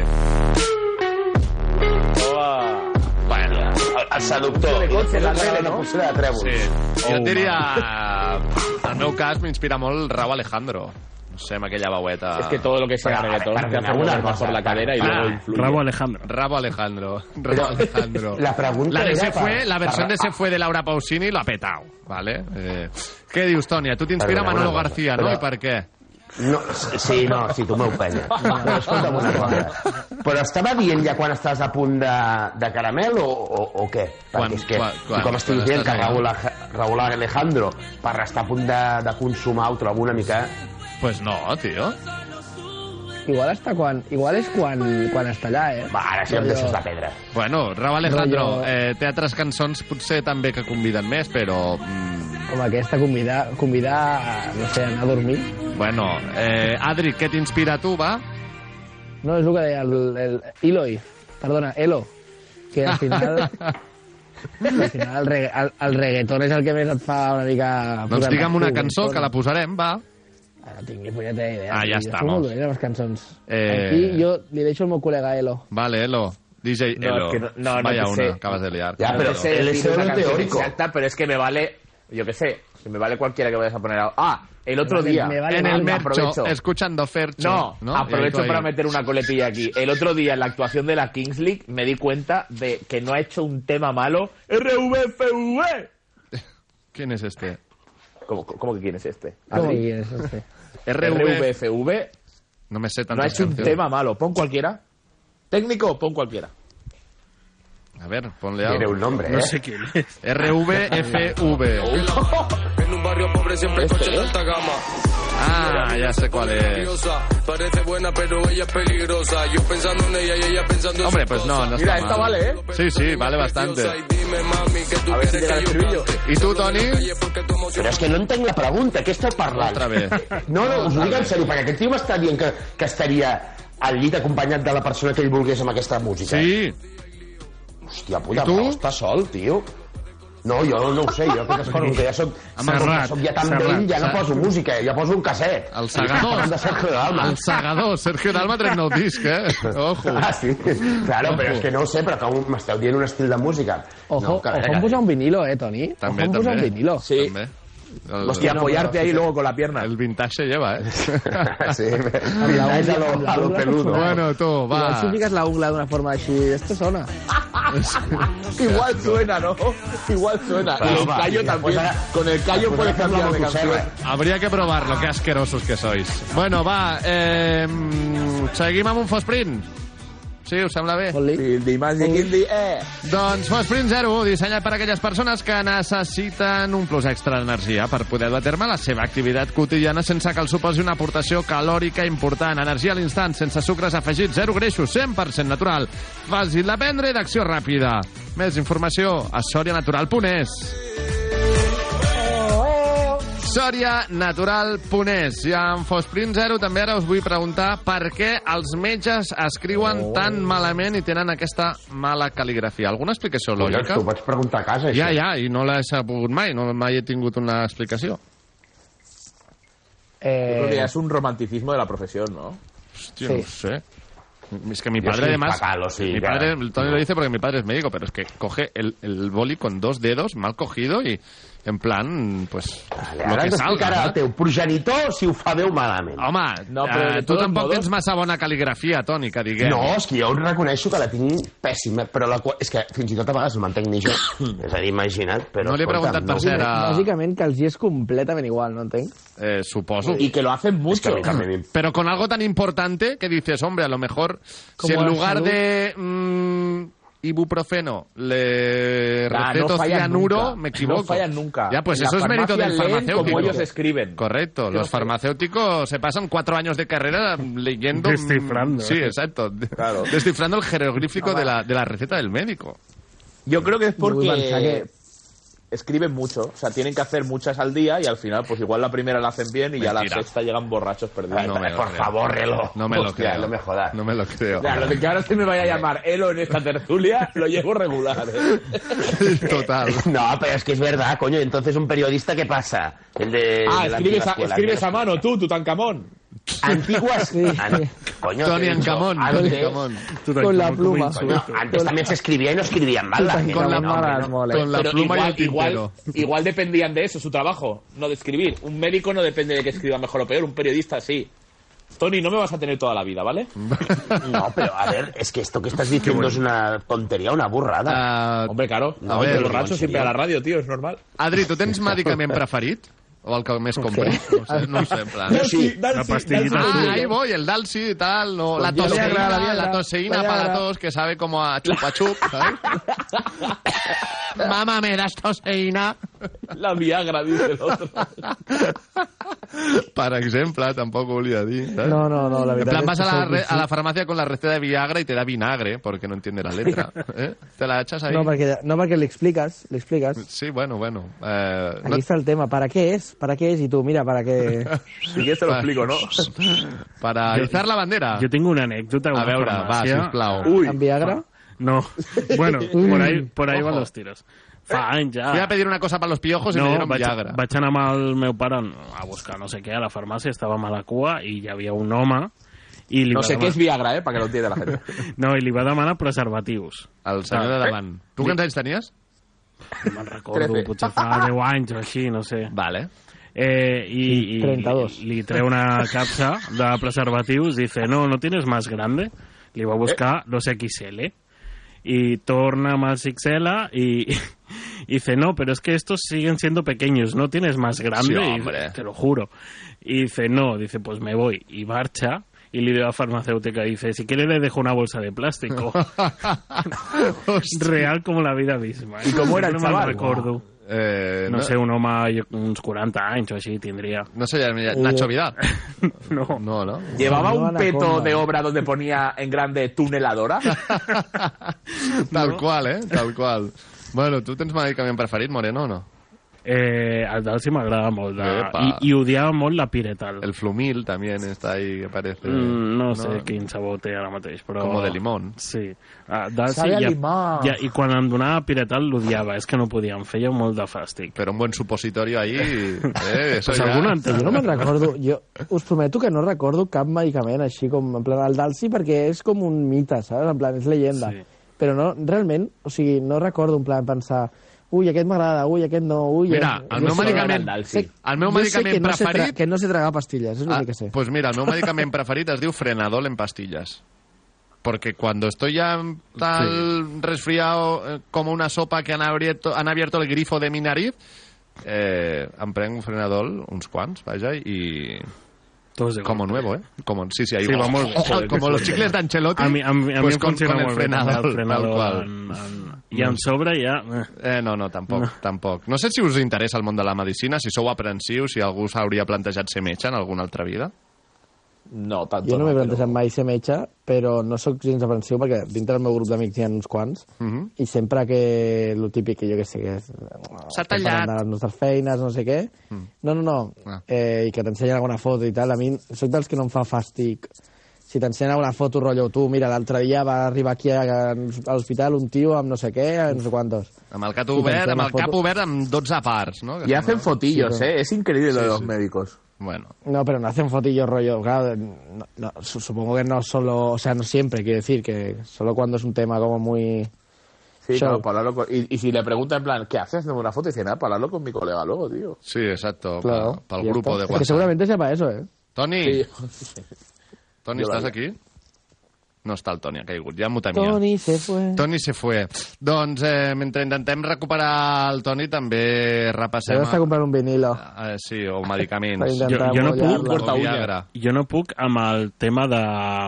Speaker 9: el seductor. I després la tele, no? Potser de trèvols. Oh,
Speaker 5: Sí.
Speaker 10: Oh,
Speaker 5: Jo et diria... En el meu cas m'inspira molt Rau Alejandro. No sé, amb aquella veueta...
Speaker 10: Es que todo lo que sea
Speaker 5: Però, a
Speaker 10: reggaetón
Speaker 5: ver,
Speaker 10: te
Speaker 5: perdona,
Speaker 10: hace
Speaker 5: una
Speaker 10: mover más
Speaker 5: cosa.
Speaker 10: por la cadera y
Speaker 5: Ah,
Speaker 10: luego influye.
Speaker 5: Rabo Alejandro. Rabo Alejandro.
Speaker 10: Pero-
Speaker 5: Rabo Alejandro.
Speaker 10: la pregunta
Speaker 5: de
Speaker 10: era
Speaker 5: se
Speaker 10: para-
Speaker 5: fue, la versión
Speaker 10: para-
Speaker 9: Ah.
Speaker 5: de se fue de Laura Pausini lo ha petado, ¿vale? Eh, ¿Qué dius, Toni? A tu t'inspira
Speaker 9: Perdona,
Speaker 5: Manolo
Speaker 9: una cosa.
Speaker 5: García, no?
Speaker 9: Però-
Speaker 5: I per què?
Speaker 9: No, sí, no, sí, tu m'ho penyes. Però escolta'm una cosa. Però estava dient ja quan estàs a punt de, de caramel o, o, o què? Perquè
Speaker 5: Quan-
Speaker 9: és que,
Speaker 5: quan-
Speaker 9: i
Speaker 5: quan-
Speaker 9: com estic
Speaker 5: quan
Speaker 9: dient
Speaker 5: estàs
Speaker 9: que
Speaker 5: a
Speaker 9: Raúl, Aj- Raúl Alejandro per estar a punt de, de consumar ho trobo una mica...
Speaker 5: Pues no, tio.
Speaker 15: Igual hasta quan... Igual és quan, quan està allà, eh?
Speaker 9: Va, ara sí em deixes la pedra.
Speaker 5: Bueno, Rabo Alejandro,
Speaker 15: Rollo-
Speaker 5: eh, té altres cançons potser també que conviden més, però... Mm,
Speaker 15: Com aquesta, convidar, convidar a, no sé, anar a dormir.
Speaker 5: bueno, eh, Adri, què t'inspira a tu, va?
Speaker 15: No, és el que deia el, el Eloi. Perdona, Elo. Que al final... al final el, regga, el, el reggaeton és el que més et fa una mica...
Speaker 5: Doncs
Speaker 15: posar-te
Speaker 5: digue'm una
Speaker 15: tu,
Speaker 5: cançó,
Speaker 15: tu.
Speaker 5: que la posarem, va.
Speaker 15: No tinc ni punyetera idea.
Speaker 5: Ah, ja
Speaker 15: tio, jo
Speaker 5: està,
Speaker 15: soc molt
Speaker 5: vamos.
Speaker 15: dolent amb les cançons.
Speaker 5: Eh.
Speaker 15: Aquí jo li deixo al meu col·lega Elo.
Speaker 5: Vale, Elo. DJ
Speaker 10: No,
Speaker 5: Elo.
Speaker 10: es que no- no, no
Speaker 5: Vaya
Speaker 10: te
Speaker 5: una,
Speaker 10: sé.
Speaker 5: acabas de liar.
Speaker 10: Ya, pero sé
Speaker 9: el
Speaker 10: decir
Speaker 9: SEO
Speaker 10: una
Speaker 9: no
Speaker 10: canción
Speaker 9: teórico.
Speaker 10: Exacta, pero es que me vale, yo qué sé, se me vale cualquiera que vayas a poner. ahora. Ah, el otro
Speaker 5: Me vale-
Speaker 10: día.
Speaker 5: me vale En el verga. Mercho, escuchando Fercho.
Speaker 10: No,
Speaker 5: ¿no?
Speaker 10: aprovecho
Speaker 5: Y ahí-
Speaker 10: para meter una coletilla aquí. El otro día, en la actuación de la Kings League, me di cuenta de que no ha hecho un tema malo. RVFV.
Speaker 5: ¿Quién es este?
Speaker 10: ¿Cómo, cómo que quién es este?
Speaker 15: ¿Cómo
Speaker 10: Adri.
Speaker 15: que quieres? no sé.
Speaker 10: RVFV
Speaker 5: No me sé tantas
Speaker 10: no ha hecho un
Speaker 5: canciones.
Speaker 10: tema malo. Pon cualquiera. Técnico, pon cualquiera.
Speaker 5: A ver, ponle algo.
Speaker 9: Tiene un nombre,
Speaker 5: No
Speaker 9: ¿eh?
Speaker 5: sé quién es. RVFV.
Speaker 16: En un barrio pobre siempre hay coches de alta gama.
Speaker 5: Ah, ya sé cuál es.
Speaker 16: Curiosa, Parece buena, pero ella es peligrosa. Yo pensando en ella y ella pensando en
Speaker 5: Hombre,
Speaker 16: sus
Speaker 5: pues no, no
Speaker 16: cosas.
Speaker 5: está mal. Sí, sí, vale bastante.
Speaker 16: A ver si llega el estribillo.
Speaker 5: ¿Y tú, Toni?
Speaker 9: Però és que no entenc la pregunta, què esteu parlant?
Speaker 5: Otra vez.
Speaker 9: No, no, us ho dic en sèrio, perquè aquest tio m'està dient que, que estaria al llit acompanyat de la persona que ell volgués amb aquesta música.
Speaker 5: Sí.
Speaker 9: Hòstia, puta, però està sol, tio. No, jo no, no ho sé, jo aquest esport, com que ja soc, com que
Speaker 5: Serrat,
Speaker 9: soc ja tan
Speaker 5: Serrat,
Speaker 9: vell, ja no
Speaker 5: Serrat.
Speaker 9: poso música, ja poso un casset.
Speaker 5: El segador.
Speaker 9: De Sergio Dalma.
Speaker 5: El segador. Sergio Dalma trec nou disc, eh? Ojo.
Speaker 9: Ah, sí? Claro, però és que no ho sé, però com m'esteu dient un estil de música.
Speaker 15: Ojo,
Speaker 9: no, que-
Speaker 15: ojo en posar un vinilo, eh, Toni?
Speaker 9: També,
Speaker 15: ojo en posar un
Speaker 9: també.
Speaker 15: vinilo.
Speaker 10: Sí.
Speaker 9: Hòstia, apoyarte ahí luego
Speaker 10: con la pierna.
Speaker 5: El vintage se lleva, eh?
Speaker 9: sí,
Speaker 15: Ah,
Speaker 9: vintage a lo, a lo peludo.
Speaker 5: Bueno, tú,
Speaker 15: eh. Igual si
Speaker 5: va.
Speaker 15: fiques la ungla d'una forma així, esto sona.
Speaker 10: Igual suena, ¿no? Igual suena. Y el
Speaker 5: va, Pues
Speaker 10: callo
Speaker 5: y
Speaker 10: también.
Speaker 5: después
Speaker 10: Con el callo
Speaker 5: después
Speaker 10: puedes
Speaker 5: hacemos
Speaker 10: cambiar de
Speaker 5: la
Speaker 10: canción.
Speaker 5: Habría que probarlo, qué asquerosos que sois. Bueno, va, eh, mm, seguim amb un Fosprint. Sí, us sembla bé?
Speaker 10: Sí, dimarts i quindi, eh.
Speaker 5: Doncs Fosprint 0, dissenyat per a aquelles persones que necessiten un plus extra d'energia per poder dur a terme la seva activitat quotidiana sense que els suposi una aportació calòrica important. Energia a l'instant, sense sucres afegits, zero greixos, 100% natural. Fàcil de prendre i d'acció ràpida. Més informació a sòrianatural.es. Sòria Natural Punès. I en Fosprint 0 també ara us vull preguntar per què els metges escriuen oh. tan malament i tenen aquesta mala cal·ligrafia. Alguna explicació
Speaker 9: Collons,
Speaker 5: lògica?
Speaker 9: tu ho pots preguntar a casa,
Speaker 5: Ja,
Speaker 9: això.
Speaker 5: ja, i no l'he sabut mai, no mai he tingut una explicació.
Speaker 10: Yo creo que ya
Speaker 15: Eh,
Speaker 10: es un romanticismo de la profesión, ¿no?
Speaker 5: Hòstia, no ho sé. Es que mi
Speaker 10: Yo
Speaker 5: padre,
Speaker 10: soy
Speaker 5: además,
Speaker 10: fatal, o sí,
Speaker 5: mi
Speaker 10: ya.
Speaker 5: padre, el Tony lo dice porque mi padre es médico, pero es que coge el, el boli con dos dedos mal cogido y en plan, pues, lo
Speaker 9: Ara
Speaker 5: que
Speaker 9: ens
Speaker 5: salga.
Speaker 9: explicarà
Speaker 5: ¿no?
Speaker 9: el teu progenitor si ho fa bé o malament.
Speaker 5: Home,
Speaker 9: no,
Speaker 5: Eh, tu tampoc tens massa bona cal·ligrafia, Toni, que diguem.
Speaker 9: No, és que jo reconeixo que la tinc pèssima, però la, qua- és que fins i tot a vegades no m'entenc ni jo. És a dir, imagina't, però...
Speaker 5: No li he preguntat per
Speaker 9: sé.
Speaker 5: cert a-
Speaker 15: Bàsicament que els hi és completament igual, no entenc?
Speaker 5: Eh, suposo.
Speaker 15: Y
Speaker 10: que lo hacen
Speaker 9: mucho. Es que a mí también-
Speaker 5: Pero con algo tan importante que dices, hombre, a lo mejor si
Speaker 10: Como
Speaker 5: en
Speaker 10: la
Speaker 5: lugar
Speaker 10: salud.
Speaker 5: de mm, ibuprofeno le
Speaker 10: Ah, no
Speaker 5: receto
Speaker 10: fallan
Speaker 5: cianuro,
Speaker 10: nunca.
Speaker 5: me equivoco.
Speaker 10: No fallan nunca.
Speaker 5: Ya, pues
Speaker 10: En la
Speaker 5: eso es mérito
Speaker 10: farmacia
Speaker 5: del
Speaker 10: leen
Speaker 5: farmacéutico.
Speaker 10: como ellos escriben.
Speaker 5: Correcto. Los farmacéuticos se pasan cuatro años de carrera leyendo... mm,
Speaker 2: Descifrando.
Speaker 5: Sí, exacto. Descifrando el jeroglífico de la, de la receta del médico.
Speaker 10: Yo creo que es
Speaker 5: Muy mal,
Speaker 10: porque
Speaker 5: saque.
Speaker 10: escriben mucho, o sea, tienen que hacer muchas al día y al final, pues igual la primera la hacen bien y ya la
Speaker 5: Mentira.
Speaker 10: sexta llegan borrachos perdidos.
Speaker 9: Ah,
Speaker 5: No me lo
Speaker 10: por
Speaker 5: creo.
Speaker 10: favor, Elo.
Speaker 5: No me lo
Speaker 10: Hostia,
Speaker 5: creo.
Speaker 10: No me jodas.
Speaker 5: No me lo creo.
Speaker 10: O sea, lo de que ahora se me vaya a llamar Elo en esta tertulia, lo llevo regular. ¿eh?
Speaker 5: Total.
Speaker 9: No, pero es que es verdad, coño. Entonces, ¿un periodista qué pasa? El de,
Speaker 10: Ah,
Speaker 9: de Eh, la
Speaker 10: escribes,
Speaker 9: antigua
Speaker 10: a,
Speaker 9: escuela,
Speaker 10: escribes
Speaker 9: ¿no?
Speaker 10: a mano tú, Tutankamón.
Speaker 9: Antiguas. an- coño, te
Speaker 5: Tony
Speaker 9: he dicho,
Speaker 5: Ancamón,
Speaker 9: antes-
Speaker 5: Tony Ancamón.
Speaker 15: Con la pluma.
Speaker 9: Coño, antes también se escribía y no escribían mal.
Speaker 15: Con
Speaker 9: gente,
Speaker 15: la
Speaker 9: no, hombre,
Speaker 15: mala,
Speaker 9: no.
Speaker 15: mole.
Speaker 9: Con la pluma y
Speaker 10: igual,
Speaker 9: el tintero.
Speaker 10: igual, igual dependían de eso, su trabajo, no de escribir. Un médico no depende de que escriba mejor o peor, un periodista sí. Tony, no me vas a tener toda la vida, ¿vale?
Speaker 9: No, pero a ver, es que esto que estás diciendo es una tontería, una burrada.
Speaker 10: Hombre, claro.
Speaker 5: Ah, a ver,
Speaker 10: los ranchos siempre a la radio, tío, es normal.
Speaker 5: Adri, tu tens medicament preferit? O el que més compris? No ho sé, no ho sé, en plan...
Speaker 10: Dalsy, Sí. Dalsy,
Speaker 5: Una
Speaker 10: Dalsy.
Speaker 5: Ah, ahí voy, el Dalsy y tal. No,
Speaker 10: Pues
Speaker 5: la
Speaker 10: yo le
Speaker 5: toseína,
Speaker 10: agrada, le
Speaker 5: la
Speaker 10: agrada,
Speaker 5: toseína
Speaker 10: le
Speaker 5: para
Speaker 10: agrada.
Speaker 5: todos que sabe como a chupa chup, ¿sabes? Mamá, me das toseína.
Speaker 10: La Viagra, dice el otro.
Speaker 5: Per exemple, tampoc ho volia dir. ¿sabes?
Speaker 15: No, no, no, la
Speaker 5: En plan,
Speaker 15: veritat és
Speaker 5: vas
Speaker 15: que
Speaker 5: a la,
Speaker 15: sou
Speaker 5: re- a la
Speaker 15: sí.
Speaker 5: farmacia con la receta de Viagra y te da vinagre, porque no entiende la letra. ¿eh? Te la echas ahí.
Speaker 15: No, perquè, no, perquè li expliques, li expliques.
Speaker 5: Sí, bueno, bueno. Eh,
Speaker 15: Aquí está el tema, ¿para qué es? ¿Para qué es? Y tú, mira, ¿para qué?
Speaker 5: Si quieres te lo explico, ¿no? Para
Speaker 2: Jo-
Speaker 5: izar la bandera.
Speaker 2: Yo tengo una anécdota.
Speaker 5: A
Speaker 2: una
Speaker 5: veure, va,
Speaker 2: farmàcia.
Speaker 5: sisplau.
Speaker 15: Ui. Amb Viagra?
Speaker 2: No. Bueno, por ahí, por ahí
Speaker 5: Ojo.
Speaker 2: van los tiros. Fa anys ja.
Speaker 5: Voy a pedir una cosa para los piojos y me
Speaker 2: Ah. no,
Speaker 5: dieron
Speaker 2: vaig,
Speaker 5: Viagra.
Speaker 2: vaig anar amb el meu pare a buscar no sé què a la farmàcia, estàvem a la cua i hi havia un home i li
Speaker 10: No
Speaker 2: va
Speaker 10: sé qué
Speaker 2: demanar-
Speaker 10: es Viagra, ¿eh? Para que lo entienda la gente.
Speaker 2: No, i li va demanar preservatius.
Speaker 5: El senyor de davant. Tu quants anys tenies?
Speaker 2: No me'n recordo, potser fa 10 anys o així, no sé.
Speaker 5: Vale.
Speaker 2: Eh, y, y
Speaker 15: 32.
Speaker 2: Li, li treu una capsa de preservatius, dice, no, no tienes más grande. Li va a buscar los XL. Y torna más XL y, y dice, no, pero es que estos siguen siendo pequeños, no tienes más grande.
Speaker 5: Sí,
Speaker 2: Y
Speaker 5: hombre.
Speaker 2: te lo juro. Y dice, no, dice, pues me voy. Y marcha. Y le dio a la farmacéutica y dice, si quiere le dejo una bolsa de plástico. Real como la vida misma. ¿eh?
Speaker 10: ¿Y cómo era el
Speaker 2: No me'n
Speaker 10: chaval?
Speaker 2: recordo.
Speaker 5: Eh,
Speaker 2: no, sé, un home jo- uns 40 anys o així tindria.
Speaker 5: No sé,
Speaker 10: Nacho
Speaker 5: Vidal.
Speaker 2: no.
Speaker 5: No, no.
Speaker 10: ¿Llevaba
Speaker 2: No,
Speaker 10: un
Speaker 2: la
Speaker 10: peto
Speaker 2: cola.
Speaker 10: de obra donde ponía en grande tuneladora?
Speaker 5: Tal qual, eh? Tal qual. Bueno, tu tens medicament preferit, Moreno, o no?
Speaker 2: Eh, el Dalsi m'agrada molt. De...
Speaker 5: Epa.
Speaker 2: I, I odiava molt la piretal.
Speaker 5: El flumil también está ahí, que parece...
Speaker 2: Mm, no sé quin sabor té ara mateix, però...
Speaker 5: Como de limón.
Speaker 2: Sí. Ah, Dalsi
Speaker 5: Sabe a
Speaker 2: ja,
Speaker 5: limón.
Speaker 2: ja, I quan em donava piretal l'odiava, és que no podia, em feia molt de fàstic.
Speaker 5: Però un bon supositorio ahí... Eh, eso
Speaker 2: pues
Speaker 5: ja.
Speaker 2: algun
Speaker 15: Jo no me'n recordo, jo us prometo que no recordo cap medicament així com en plan el Dalsi perquè és com un mite, saps? En plan, és leyenda. Sí. Però no, realment, o sigui, no recordo en plan pensar ui, aquest m'agrada, ui, aquest no, ui...
Speaker 5: Mira,
Speaker 15: eh,
Speaker 5: el
Speaker 15: jo
Speaker 5: meu
Speaker 15: sé-
Speaker 5: medicament-
Speaker 15: sé-
Speaker 5: el meu
Speaker 15: jo sé
Speaker 5: medicament
Speaker 15: que no sé tra-
Speaker 5: preferit- Ah.
Speaker 15: que no sé tragar pastilles, és l'únic que sé.
Speaker 5: Pues mira, el meu medicament preferit es diu Frenadol en pastillas. Porque cuando estoy ya tal resfriado eh, como una sopa que han abierto, han abierto el grifo de mi nariz, eh, em prenc un Frenadol, uns quants, vaja, i... Como nuevo, ¿eh? Como, sí, sí, ahí
Speaker 2: Sí, va molt bé.
Speaker 5: Como los chicles de Ancelotti,
Speaker 2: A mi, a mi, a
Speaker 5: pues
Speaker 2: mi em
Speaker 5: con,
Speaker 2: funciona
Speaker 5: con el
Speaker 2: molt bé, també,
Speaker 5: frenador,
Speaker 2: el frenador
Speaker 5: tal cual.
Speaker 2: en- en- I en sobre ja...
Speaker 5: Eh, no, no, tampoc, no. tampoc. No sé si us interessa el món de la medicina, si sou aprensius, si algú s'hauria plantejat ser metge en alguna altra vida.
Speaker 10: No, tant.
Speaker 15: Jo no m'he plantejat mai ser metge, però no sóc gens aprensiu perquè dintre del meu grup d'amics hi ha uns quants
Speaker 5: Mhm.
Speaker 15: i sempre que lo típic que jo que sé que és... S'ha
Speaker 5: tallat.
Speaker 15: De les nostres feines, no sé què. No, no, no.
Speaker 5: Ah.
Speaker 15: Eh, I que t'ensenyen alguna foto i tal. A mi sóc dels que no em fa fàstic. Si t'ensenyen alguna foto, rotllo, tu, mira, l'altre dia va arribar aquí a, a l'hospital un tio amb no sé què, amb no sé quantos.
Speaker 5: Amb el cap
Speaker 15: I
Speaker 5: obert,
Speaker 15: t'ensenyen
Speaker 5: amb
Speaker 15: la
Speaker 5: el cap
Speaker 15: foto.
Speaker 5: obert amb 12 parts, no?
Speaker 15: I hacen fotillos, eh?
Speaker 10: Es increíble lo de los
Speaker 5: médicos. Bueno,
Speaker 15: No, pero no hacen fotillos rollo. Claro, no- no, su- supongo que no solo, o sea, no siempre, quiero decir, que solo cuando es un tema como muy.
Speaker 10: Sí,
Speaker 15: show.
Speaker 10: claro, para hablarlo con- y, y si le pregunta en plan, ¿qué haces? Dame una foto y dice, nada, para hablarlo con mi colega luego, tío.
Speaker 5: sí, exacto,
Speaker 15: Claro.
Speaker 5: claro. pel
Speaker 15: Y
Speaker 5: grupo
Speaker 15: esto-
Speaker 5: de
Speaker 15: Que
Speaker 5: WhatsApp.
Speaker 15: seguramente sea para eso, ¿eh?
Speaker 5: Toni, Toni,
Speaker 15: Jo
Speaker 5: estàs
Speaker 15: la-
Speaker 5: aquí? No està el Toni, ha caigut, ja m'ho temia.
Speaker 15: Tony se fue.
Speaker 5: Toni se fue. Doncs eh, mentre intentem recuperar el Toni, també
Speaker 15: Se va
Speaker 5: repassem...
Speaker 15: a comprar un vinilo.
Speaker 5: Eh, sí, o medicaments.
Speaker 15: Per intentar Jo- jo no puc-
Speaker 5: O
Speaker 15: mullar-la. porta ulla.
Speaker 5: Viagra.
Speaker 2: eh? Jo no puc amb el tema de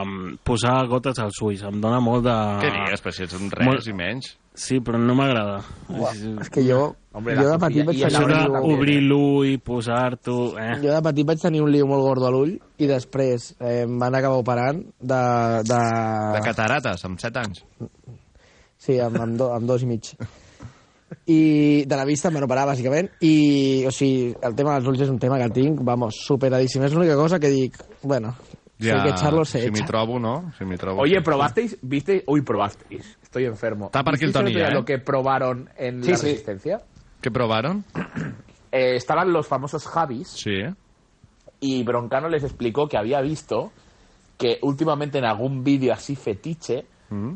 Speaker 2: mm, posar gotes als ulls. Em dóna molt de...
Speaker 5: Què digues? Però si ets un res
Speaker 2: Molt-
Speaker 5: i menys.
Speaker 2: Sí, però no m'agrada.
Speaker 15: Buah,
Speaker 2: Sí, sí.
Speaker 15: És que jo, jo de petit vaig
Speaker 2: Això
Speaker 15: tenir
Speaker 2: de
Speaker 15: un liu...
Speaker 2: obrir l'ull, posar-t'ho... Eh.
Speaker 15: Jo de petit vaig tenir un liu molt gordo a l'ull i després eh, em van acabar operant de... de...
Speaker 5: De catarates, amb 7 anys.
Speaker 15: Sí, amb, amb, do, amb dos i mig. I de la vista me n'operava, bàsicament. I, o sigui, el tema dels ulls és un tema que tinc, vamos, superadíssim. És l'única cosa que dic, bueno, ja, si que charlo se
Speaker 5: si m'hi
Speaker 15: echa.
Speaker 5: trobo, Uh, no? Si m'hi trobo.
Speaker 10: Oye, ¿probasteis? ¿Visteis? Uy, probasteis. Estoy enfermo.
Speaker 5: Está para que el
Speaker 10: ¿Visteis otro
Speaker 5: Tony ya,
Speaker 10: día
Speaker 5: ¿eh?
Speaker 10: lo que probaron en
Speaker 5: Sí,
Speaker 10: la
Speaker 5: sí.
Speaker 10: Resistencia?
Speaker 5: ¿Qué probaron?
Speaker 10: Eh, estaban los famosos Javis
Speaker 5: Sí,
Speaker 10: y Broncano les explicó que había visto que últimamente en algún vídeo así fetiche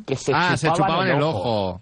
Speaker 10: que se
Speaker 5: Ah,
Speaker 10: chupaban,
Speaker 5: se chupaban el ojo.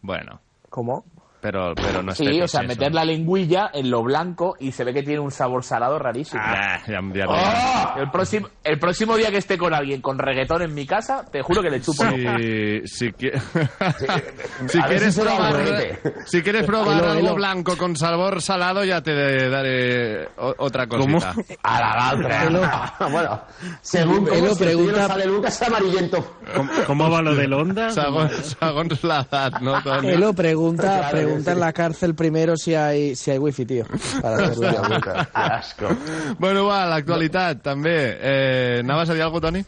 Speaker 5: Bueno.
Speaker 17: ¿Cómo?
Speaker 5: Pero, pero no es
Speaker 10: Sí,
Speaker 5: fetiche
Speaker 10: o sea,
Speaker 5: eso.
Speaker 10: meter la lengüilla en lo blanco y se ve que tiene un sabor salado rarísimo. Oh.
Speaker 5: Ah, ya, ya-
Speaker 10: El próximo, el próximo día que esté con alguien con reggaetón en mi casa, te juro que le chupo. el ojo.
Speaker 5: Si, si, qui- si
Speaker 10: a ver
Speaker 5: quieres
Speaker 10: si será
Speaker 5: probar,
Speaker 10: aburrete.
Speaker 5: si quieres probar
Speaker 10: Elo,
Speaker 5: algo
Speaker 10: elo.
Speaker 5: blanco con sabor salado, ya te daré o- otra cosita.
Speaker 9: A la otra. bueno, según
Speaker 5: Elo
Speaker 9: cómo si el tío
Speaker 5: pregunta-
Speaker 9: no sale nunca es amarillento.
Speaker 2: ¿Cómo, cómo va lo del Honda?
Speaker 5: Sagons, sagons la edad, ¿no? Tony?
Speaker 8: Elo pregunta,
Speaker 5: Claro que
Speaker 8: pregunta en la cárcel primero si hay, si hay wifi, tío. Para hacerlo.
Speaker 5: Bueno, va, l'actualitat, també. Eh, anaves a dir alguna cosa, Toni?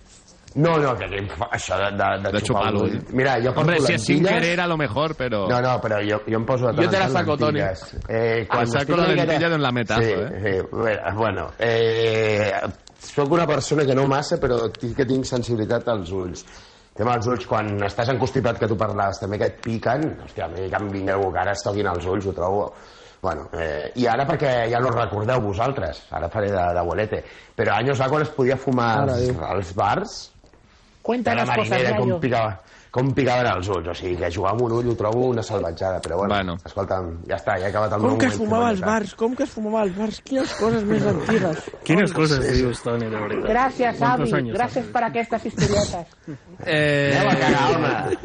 Speaker 9: No, no, que, que això de, de, de,
Speaker 5: De xupar l'ull.
Speaker 9: Mira, jo porto
Speaker 5: eh. Hombre, si és sin
Speaker 9: lentilles.
Speaker 5: querer, a lo mejor, però...
Speaker 9: No, no, però jo, jo em poso de tant
Speaker 5: Jo te
Speaker 9: en
Speaker 5: la
Speaker 9: tant
Speaker 5: saco, Toni.
Speaker 9: lentilles. Eh, quan
Speaker 5: Et Ah, saco
Speaker 9: estic
Speaker 5: la
Speaker 9: una miqueta-
Speaker 5: lentilla d'un lametazo,
Speaker 9: sí,
Speaker 5: eh?
Speaker 9: Sí, bueno, bueno eh, soc una persona que no massa, però sí que tinc sensibilitat als ulls. El Tema dels ulls, quan estàs encostipat que tu parlaves també que et piquen, hòstia, a mi que em vinga algú que ara es toquin els ulls, ho trobo... Bueno, eh, i ara perquè ja no us recordeu vosaltres, ara faré de, de bolete, però anys va quan es podia fumar
Speaker 8: Ara,
Speaker 9: als,
Speaker 8: Déu.
Speaker 9: als bars,
Speaker 8: Cuenta
Speaker 9: la
Speaker 8: las cosas,
Speaker 9: marinera,
Speaker 8: gallo.
Speaker 9: com picava, com picaven els ulls. O sigui, que jugar amb un ull ho trobo una salvatjada. Però bueno, bueno. escolta'm, ja està, ja he acabat el meu
Speaker 8: Com que es
Speaker 9: moment
Speaker 8: fumava als
Speaker 9: comentat.
Speaker 8: bars, com que es fumava als bars, quines coses més antigues.
Speaker 2: Quines coses dius, Toni, de veritat? ¿Cuántos años hace?
Speaker 17: para que estas historietas.
Speaker 5: Eh,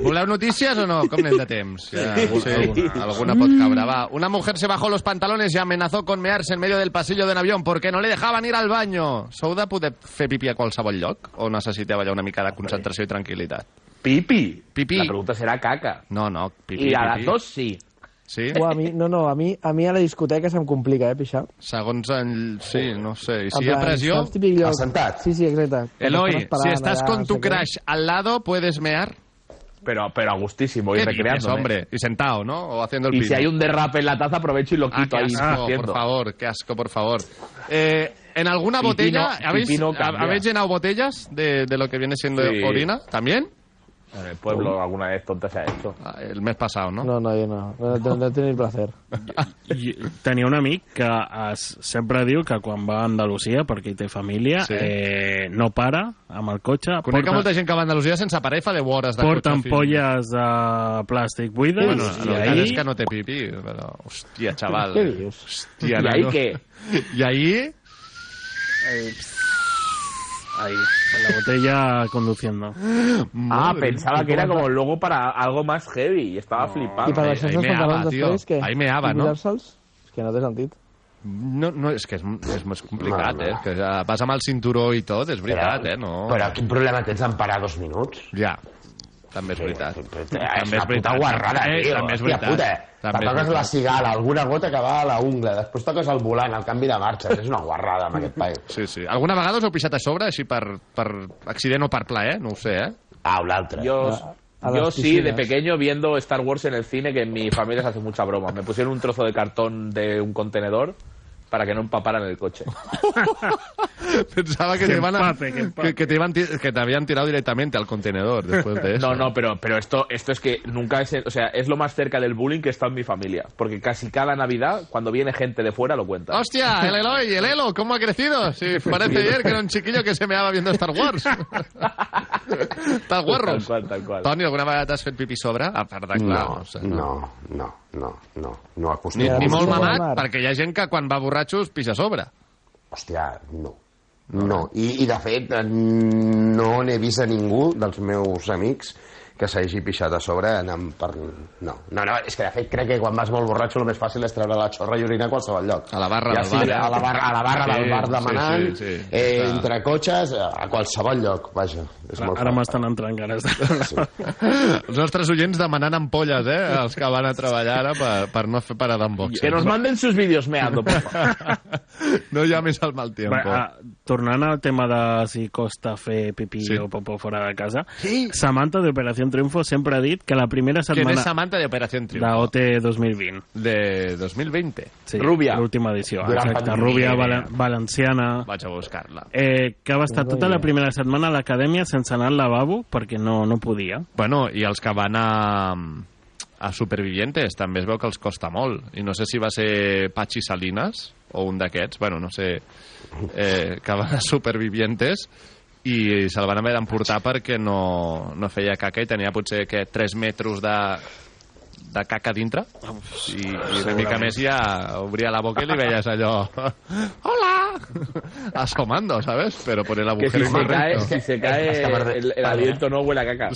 Speaker 5: ¿Voleu notícies o no? Com anem de temps? Ja,
Speaker 9: Sí.
Speaker 5: algú-
Speaker 9: Sí.
Speaker 5: Alguna, alguna pot cabre. Va, una mujer se bajó los pantalones y amenazó con mearse en medio del pasillo d'un avión porque no le dejaban ir al baño. Sou de poder fer pipí a qualsevol lloc o necessiteu allà una mica de concentració i tranquil·litat?
Speaker 10: Pipi?
Speaker 5: Pipí.
Speaker 10: La pregunta será caca.
Speaker 5: No, no, pipí,
Speaker 10: y
Speaker 5: pipí.
Speaker 10: a las dos sí.
Speaker 5: Sí?
Speaker 8: O a mi, no, no, a mi, a mi a la discoteca se'm complica, eh, pixar.
Speaker 5: Segons el... Sí, no sé. I
Speaker 8: En
Speaker 5: si hi ha
Speaker 8: plan,
Speaker 5: pressió...
Speaker 8: saps, típic lloc- Sí, sí, exacte. Quan
Speaker 5: Eloi,
Speaker 8: estàs
Speaker 5: si
Speaker 8: parant
Speaker 5: estás
Speaker 8: allà,
Speaker 5: con
Speaker 8: no
Speaker 5: tu
Speaker 8: sé què.
Speaker 5: crush al lado, ¿puedes mear?
Speaker 10: Pero, pero a gustísimo y
Speaker 5: ¿Qué dices,
Speaker 10: recreándome.
Speaker 5: hombre? Y sentado, ¿no? O haciendo el
Speaker 10: Y
Speaker 5: pino.
Speaker 10: si hay un derrape en la taza, aprovecho y lo
Speaker 5: Ah,
Speaker 10: quito
Speaker 5: qué
Speaker 10: ahí.
Speaker 5: asco,
Speaker 10: haciendo.
Speaker 5: por favor, qué asco, por favor. Eh, ¿En alguna
Speaker 10: Pipí no-
Speaker 5: botella
Speaker 10: pipí
Speaker 5: ¿habéis,
Speaker 10: no
Speaker 5: hab-
Speaker 10: cambia.
Speaker 5: habéis llenado botellas de, de lo que viene siendo
Speaker 10: Sí.
Speaker 5: orina? ¿También? Ah,
Speaker 10: En el pueblo alguna vez tonta se ha hecho.
Speaker 5: El mes pasado, ¿no?
Speaker 8: No, no, jo no. No, no, no he tenit placer.
Speaker 2: Jo Tenia un amic que es, sempre diu que quan va a Andalusia, perquè hi té família,
Speaker 5: Sí.
Speaker 2: sí. eh, no para amb el cotxe,
Speaker 5: Conec a molta gent que va a Andalusia sense parar i fa 10 hores de
Speaker 2: porta
Speaker 5: cotxe fins-
Speaker 2: ampolles de plàstic buides
Speaker 5: Bueno,
Speaker 2: i
Speaker 5: lo que
Speaker 2: ahí...
Speaker 5: és que no té pipí, però... Hòstia, xaval.
Speaker 2: Què dius?
Speaker 5: Hòstia,
Speaker 2: I ahí
Speaker 5: nano.
Speaker 2: què?
Speaker 5: I ahí...
Speaker 2: Ahí, con la botella conduciendo.
Speaker 10: Ah,
Speaker 2: Madre
Speaker 10: pensaba
Speaker 2: mía,
Speaker 10: que era
Speaker 2: ¿cómo
Speaker 10: como luego para algo más heavy y estaba flipando.
Speaker 8: I per baixar els pantalons després, què?
Speaker 5: Ahí meaba,
Speaker 8: I
Speaker 5: no?
Speaker 8: Mirar-se'ls? És que no té sentit.
Speaker 5: No, no, és que és, és més complicat, eh? És que ja vas amb el cinturó i tot, és veritat, eh? No.
Speaker 9: Però quin problema tens en parar dos minuts?
Speaker 5: Ja, també és veritat.
Speaker 9: Eh, és una puta guarrada,
Speaker 5: eh,
Speaker 9: tio.
Speaker 5: també és
Speaker 9: Hòstia
Speaker 5: veritat.
Speaker 9: puta.
Speaker 5: També
Speaker 9: Te
Speaker 5: és
Speaker 9: toques la
Speaker 5: veritat.
Speaker 9: cigala, alguna gota que va a la ungla, després toques el volant, el canvi de marxa. És una guarrada, amb aquest paio.
Speaker 5: Sí, sí. Alguna vegada us heu pixat a sobre, així per, per accident o per plaer? No ho sé, eh?
Speaker 9: Ah, l'altre.
Speaker 10: Yo,
Speaker 5: A las
Speaker 10: yo sí, de
Speaker 5: piscinas.
Speaker 10: pequeño, viendo Star Wars en el cine, que en mi familia se hace mucha broma. Me pusieron un trozo de cartón de un contenedor para que no empaparan el coche.
Speaker 5: Pensava Ah, que,
Speaker 10: Que
Speaker 5: te iban a-
Speaker 10: empape, que empape.
Speaker 5: que, que te iban ti- que te habían tirado directamente al contenedor después de eso.
Speaker 10: No, no, pero, pero esto, esto es que nunca es. O sea, es lo más cerca del bullying que está en mi familia. Porque casi cada Navidad, cuando viene gente de fuera, lo cuenta.
Speaker 5: Hostia, el Eloy, el Elo, ¿cómo ha crecido? Sí, parece ayer que era un chiquillo que se meaba viendo Star Wars. Tal guarro.
Speaker 10: Tal cual, tal cual.
Speaker 5: Toni, alguna vegada t'has fet pipí a sobre? A part de clar.
Speaker 9: No,
Speaker 5: o sigui,
Speaker 9: no, no, no, no, no acostuma.
Speaker 5: Ni, ni molt mamat, perquè hi ha gent que quan va borratxos pisa a sobre.
Speaker 9: hòstia, no. No,
Speaker 5: eh?
Speaker 9: I, i de fet eh, no n'he vist a ningú dels meus amics que s'hagi pixat a sobre anant per... No. no, no, és que de fet crec que quan vas molt borratxo el més fàcil és treure la xorra i orinar a qualsevol lloc.
Speaker 5: A la barra
Speaker 9: ja
Speaker 5: del
Speaker 9: sigui
Speaker 5: bar, eh?
Speaker 9: A la barra, a la barra
Speaker 5: Sí,
Speaker 9: del bar
Speaker 5: sí,
Speaker 9: demanant,
Speaker 5: sí, sí,
Speaker 9: eh,
Speaker 5: està.
Speaker 9: entre cotxes, a qualsevol lloc, vaja. És molt
Speaker 2: Ara
Speaker 9: fort.
Speaker 2: m'estan entrant ganes de...
Speaker 5: Els nostres oients demanant ampolles, eh? Els que van a treballar ara per, per no fer parar d'unboxing.
Speaker 10: Que nos manden sus vídeos meando, por favor.
Speaker 5: No llamis al mal tiempo.
Speaker 2: Va, ah, tornant al tema de si costa fer pipí
Speaker 5: Sí.
Speaker 2: o popó fora de casa, Samantha de Operación Triunfo sempre ha dit que la primera
Speaker 5: ¿Quién
Speaker 2: setmana...
Speaker 5: es Samantha de Operación Triunfo?
Speaker 2: La OT 2020.
Speaker 5: De 2020.
Speaker 2: Sí,
Speaker 5: Rubia.
Speaker 2: L'última edició,
Speaker 5: Gran
Speaker 2: exacte.
Speaker 5: pandèmia.
Speaker 2: Rúbia val valenciana...
Speaker 5: Vaig a buscar-la.
Speaker 2: Eh, que va estar tota la primera setmana a l'acadèmia sense anar al lavabo perquè no, no podia.
Speaker 5: Bueno, i els que van a, a Supervivientes també es veu que els costa molt. I no sé si va ser Pachi Salinas o un d'aquests, bueno, no sé, eh, que van a Supervivientes i se'l van haver d'emportar perquè no, no feia caca i tenia potser que 3 metres de, de caca a dintre i, i una mica més ja obria la boca i li veies allò asomando, ¿sabes? Pero por el
Speaker 10: Que si
Speaker 5: agujero
Speaker 10: se cae,
Speaker 5: incorrecto.
Speaker 10: si se cae el, el aliento no huele a caca.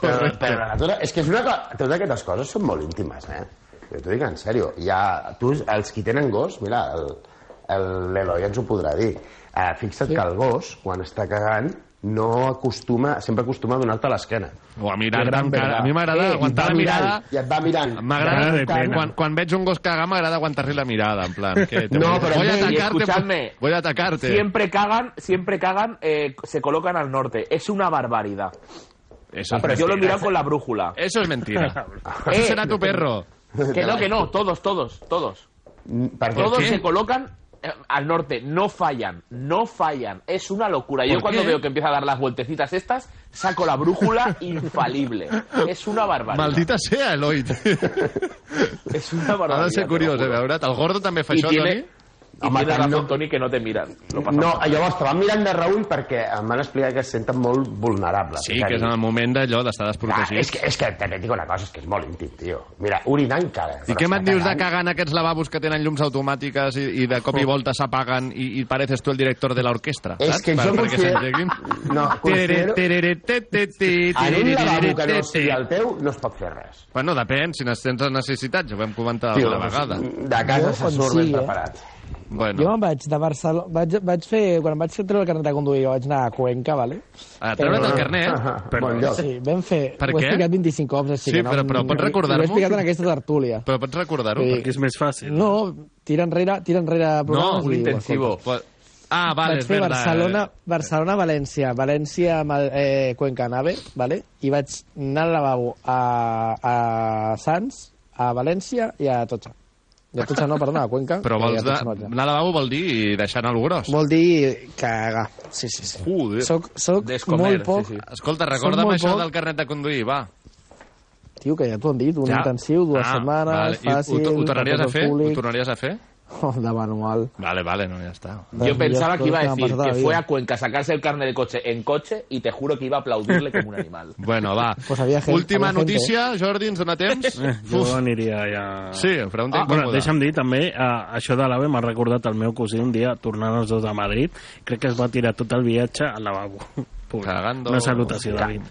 Speaker 9: Però, però la natura... És que és una cosa... Totes aquestes coses són molt íntimes, eh? Jo t'ho dic en sèrio. Hi ha... Tu, els qui tenen gos, mira, el- el- l'Eloi ens ho podrà dir. Eh, fixa't sí. que el gos, quan està cagant, no acostuma... Sempre acostuma a donar-te l'esquena.
Speaker 5: O a mirar
Speaker 9: I et va
Speaker 5: amb cara. A mi m'agrada aguantar
Speaker 9: Eh, i et va
Speaker 5: la mirada.
Speaker 9: mirant, I et va mirant.
Speaker 5: M'agrada,
Speaker 9: Et va mirant.
Speaker 5: quan, quan veig un gos cagar m'agrada aguantar-li la mirada, en plan, que te
Speaker 9: No,
Speaker 5: voy,
Speaker 9: però
Speaker 5: voy
Speaker 9: bé, i
Speaker 5: a atacarte, pues,
Speaker 10: escuchadme.
Speaker 5: voy a atacarte.
Speaker 10: Siempre cagan, siempre cagan, eh, se colocan al norte. Es una barbaridad. Ah,
Speaker 5: Eso es
Speaker 10: pero yo lo he
Speaker 5: mentira.
Speaker 10: mirado con la brújula.
Speaker 5: Eso es mentira.
Speaker 10: Eh,
Speaker 5: Ese era tu perro.
Speaker 10: Que no, que no, todos, todos, todos.
Speaker 9: Per
Speaker 10: Todos
Speaker 5: qué?
Speaker 10: se colocan eh, al norte, no fallan, no fallan. Es una locura. Yo
Speaker 5: ¿Por
Speaker 10: cuando
Speaker 5: qué?
Speaker 10: veo que empieza a dar las vueltecitas estas, saco la brújula infalible. Es una barbaridad.
Speaker 5: Maldita sea, Eloid.
Speaker 10: És una
Speaker 5: Ha de ser curiós, eh, veure't. El gordo també fa
Speaker 10: Y
Speaker 5: això,
Speaker 10: tiene-
Speaker 5: Toni?
Speaker 10: Y
Speaker 9: Home,
Speaker 10: tiene
Speaker 9: tant
Speaker 10: razón,
Speaker 9: no.
Speaker 10: Toni, que no te miran. Lo pasas
Speaker 9: No,
Speaker 10: mal.
Speaker 9: llavors te van mirant de reull perquè em van explicar que es senten molt vulnerables.
Speaker 5: Sí, que és en el moment d'allò d'estar
Speaker 9: Ah,
Speaker 5: desprotegit.
Speaker 9: és que, és que també et dic una cosa, és que és molt íntim, tio. Mira, orinar encara.
Speaker 5: I què me'n dius de cagar en aquests lavabos que tenen llums automàtiques i, i de cop i volta s'apaguen i, i pareces tu el director de l'orquestra,
Speaker 9: És
Speaker 5: saps?
Speaker 9: que jo
Speaker 5: perquè
Speaker 9: considero-
Speaker 5: s'engeguin.
Speaker 9: No, considero-
Speaker 5: Tereré, tereré, tereré,
Speaker 9: En un lavabo que no
Speaker 5: tereré,
Speaker 9: sigui el teu, no es pot fer res.
Speaker 5: Bueno, depèn, si n'es- tens necessitats, ho vam comentar
Speaker 9: Tio,
Speaker 5: alguna vegada.
Speaker 9: de casa
Speaker 15: Jo, se on surt ben sigui, eh? preparat. Jo
Speaker 5: Bueno,
Speaker 15: me'n vaig de Barcelona... Vaig, vaig fer... Quan vaig treure el carnet de conduir, jo vaig anar a Cuenca, vale?
Speaker 5: a treure't Ah, el
Speaker 15: Eh,
Speaker 5: carnet, però,
Speaker 15: Sí, vam fer...
Speaker 5: Per
Speaker 15: ho
Speaker 5: què?
Speaker 15: he explicat 25 cops, així
Speaker 5: Sí,
Speaker 15: que no...
Speaker 5: però- però pots
Speaker 15: no-
Speaker 5: recordar-m'ho?
Speaker 15: Ho he explicat en aquesta tertúlia.
Speaker 5: però pots recordar-ho?
Speaker 15: Sí.
Speaker 5: perquè és
Speaker 2: més fàcil.
Speaker 15: No, tira enrere, tira enrere
Speaker 5: No,
Speaker 15: programes
Speaker 5: un
Speaker 15: i ho
Speaker 5: intensivo.
Speaker 15: escoltes.
Speaker 5: Ah, vale,
Speaker 15: vaig
Speaker 5: és
Speaker 15: fer
Speaker 5: verdad.
Speaker 15: Barcelona, Barcelona, València, València, Mal- eh, Cuenca, Nave, vale? i vaig anar al lavabo a, a Sants, a València i a Tocha. I a Tocha no, perdona, a Cuenca.
Speaker 5: Però
Speaker 15: i a
Speaker 5: vols de...
Speaker 15: Tocha no vaig anar.
Speaker 5: anar al lavabo vol dir deixant el gros.
Speaker 15: Vol dir cagar. Sí, sí, sí.
Speaker 5: Joder.
Speaker 15: Soc, soc
Speaker 5: Descomer,
Speaker 15: molt poc...
Speaker 5: sí, sí. Escolta,
Speaker 15: soc
Speaker 5: recorda'm
Speaker 15: molt
Speaker 5: això
Speaker 15: poc-
Speaker 5: del carnet de conduir, va.
Speaker 15: Tio, que ja t'ho han dit, un
Speaker 5: Ja.
Speaker 15: intensiu, dues
Speaker 5: Ah,
Speaker 15: setmanes,
Speaker 5: vale. I
Speaker 15: fàcil...
Speaker 5: Ho, ho tornaries a
Speaker 15: transport
Speaker 5: fer? Ho
Speaker 15: públic.
Speaker 5: tornaries a fer?
Speaker 15: Oh, de manual.
Speaker 5: Vale, vale, no, ja està.
Speaker 10: Yo
Speaker 15: Las
Speaker 10: pensaba
Speaker 15: mejores
Speaker 10: que iba a
Speaker 15: cosas que me
Speaker 10: decir
Speaker 15: han
Speaker 10: que
Speaker 15: pasado en la
Speaker 10: fue
Speaker 15: vida.
Speaker 10: a Cuenca a sacarse el carnet de coche en coche y te juro que iba a aplaudirle como un animal.
Speaker 5: Bueno, va.
Speaker 15: Pues había gente,
Speaker 5: Última
Speaker 15: había gente,
Speaker 5: notícia, Jordi, ens dona temps?
Speaker 2: Eh, jo
Speaker 5: Uf.
Speaker 2: aniria ja...
Speaker 5: Sí, pregunta
Speaker 2: ah, bueno,
Speaker 5: incòmoda.
Speaker 2: deixa'm dir també, eh, això de l'AVE m'ha recordat el meu cosí un dia tornant els dos a Madrid. Crec que es va tirar tot el viatge al lavabo. Pobre.
Speaker 5: Cagando.
Speaker 2: Una salutació, David.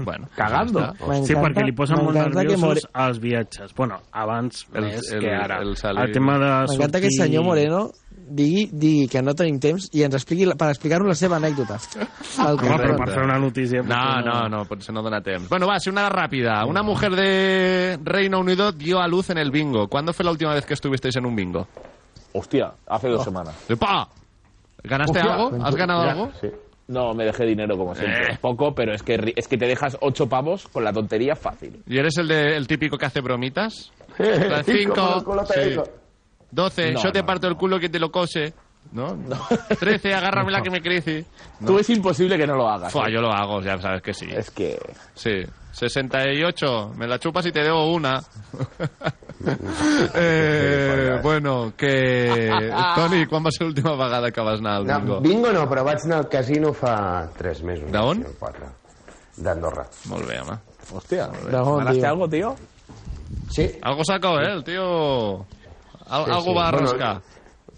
Speaker 5: Bueno,
Speaker 10: Cagando.
Speaker 5: ja està.
Speaker 2: Sí,
Speaker 15: M'encanta-
Speaker 2: perquè li posen molt
Speaker 15: m'encanta que
Speaker 2: nerviosos
Speaker 15: More-
Speaker 2: als viatges. Bueno, abans
Speaker 5: El-
Speaker 2: més
Speaker 5: el-
Speaker 2: que ara.
Speaker 5: el
Speaker 2: El,
Speaker 5: salir-
Speaker 2: tema de sortir...
Speaker 15: M'encanta que el senyor Moreno digui, digui que no tenim temps i ens expliqui, la- per explicar-nos la seva anècdota. El
Speaker 2: Home, però per
Speaker 5: Correcte.
Speaker 2: fer una notícia...
Speaker 5: No, no, no, potser no dona temps. Bueno, va, sí, una rápida. Una mujer de Reino Unido dio a luz en el bingo. ¿Cuándo fue la última vez que estuvisteis en un bingo? Oh.
Speaker 10: Hostia, hace dos semanas.
Speaker 5: ¡Epa! ¿Ganaste
Speaker 10: Hostia.
Speaker 5: algo? ¿Has ganado algo?
Speaker 10: No, me dejé dinero como siempre.
Speaker 5: Eh.
Speaker 10: Poco, pero es que, ri- es que te dejas ocho pavos con la tontería fácil.
Speaker 5: ¿Y eres el, de, el típico que hace bromitas?
Speaker 9: Eh,
Speaker 5: Las cinco,
Speaker 9: como el culo te
Speaker 5: sí.
Speaker 9: digo.
Speaker 5: 12,
Speaker 10: No,
Speaker 5: yo te
Speaker 10: no,
Speaker 5: parto el culo que te lo cose. ¿No? 13, agárrame la que me crece.
Speaker 10: Tú es imposible que no lo hagas.
Speaker 5: Fua,
Speaker 10: ¿eh?
Speaker 5: yo lo hago, ya sabes que sí.
Speaker 10: Es que...
Speaker 5: Sí. 68, me la chupas y te debo una. eh, bueno, que... Toni, quan va ser l'última vegada que vas anar al
Speaker 9: No,
Speaker 5: bingo?
Speaker 9: bingo no, però vaig anar al casino fa 3 mesos.
Speaker 5: De on?
Speaker 9: sí, o Quatre. D'Andorra.
Speaker 5: Molt bé, home.
Speaker 10: Hostia.
Speaker 15: No,
Speaker 10: ¿Ganaste
Speaker 15: tío.
Speaker 10: algo, tío?
Speaker 9: Sí?
Speaker 5: Algo sacó, eh, el tio... Al,
Speaker 9: sí,
Speaker 5: algo
Speaker 9: sí.
Speaker 5: va
Speaker 9: Bueno,
Speaker 5: rascar.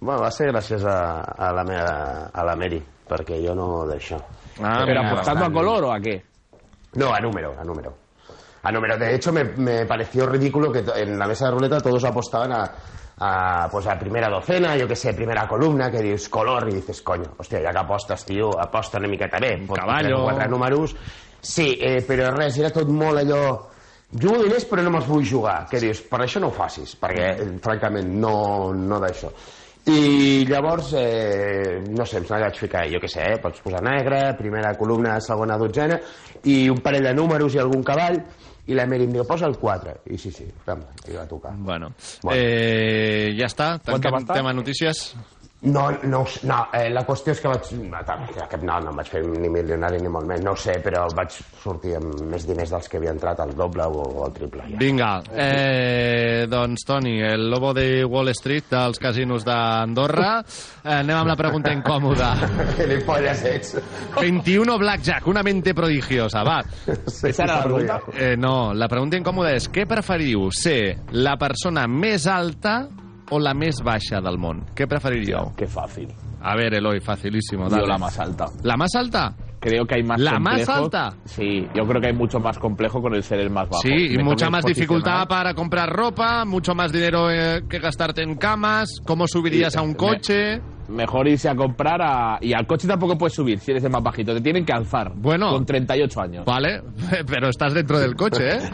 Speaker 9: Bueno, va ser gràcies a, a, la, meva, a la Mary, perquè jo no d'això.
Speaker 10: Ah, Però mira, apostando a color o a qué?
Speaker 9: No, a número, a número. A número. De hecho, me, me pareció ridículo que to- en la mesa de ruleta todos apostaban a, a, pues a primera docena, jo que sé, primera columna, que dius color i dices, coño, hòstia, ja que apostes, tio, aposta una miqueta bé. Un
Speaker 10: caballo.
Speaker 9: Quatre números. Sí, eh, però res, era tot molt allò... Jugo diners però no me'ls vull jugar. Que dius, per això no ho facis, perquè, eh, francament, no, no d'això. I llavors, eh, no sé, em sembla que vaig ficar, jo què sé, eh, pots posar negre, primera columna, segona dotzena, i un parell de números i algun cavall, i la Mary em diu, posa el 4. I sí, sí, pam, i va tocar.
Speaker 5: Bueno, eh, ja està, tanquem el tema notícies.
Speaker 9: No, no, ho sé, no eh, la qüestió és que vaig... No, tam- no, no em vaig fer ni milionari ni molt més, no ho sé, però vaig sortir amb més diners dels que havia entrat, al doble o, o al triple. Ja.
Speaker 5: Vinga, eh, doncs Toni, el lobo de Wall Street dels casinos d'Andorra. Eh, anem amb la pregunta incòmoda.
Speaker 9: Ni polles ets.
Speaker 5: 21 Blackjack, una mente prodigiosa, va.
Speaker 9: Esa era la pregunta?
Speaker 5: Eh, no, la pregunta incòmoda és què preferiu, ser la persona més alta o la més baixa del món? Què preferiríeu?
Speaker 10: Que fàcil.
Speaker 5: A ver, Eloi, facilísimo.
Speaker 10: Yo
Speaker 5: dale.
Speaker 10: la más alta.
Speaker 5: ¿La más alta?
Speaker 10: Creo que hay más
Speaker 5: ¿La más
Speaker 10: complejos.
Speaker 5: alta?
Speaker 10: Sí, yo creo que hay mucho más complejo con el ser el más bajo.
Speaker 5: Sí, y
Speaker 10: Mejor
Speaker 5: mucha
Speaker 10: me
Speaker 5: más dificultad para comprar ropa, mucho más dinero eh, que gastarte en camas, cómo subirías
Speaker 10: Sí,
Speaker 5: a un
Speaker 10: me-
Speaker 5: coche.
Speaker 10: Mejor irse a comprar a... Y al coche tampoco puedes subir si eres el más bajito. Te tienen que alzar. Bueno. Con 38 años.
Speaker 5: Vale, pero estás dentro del coche, ¿eh?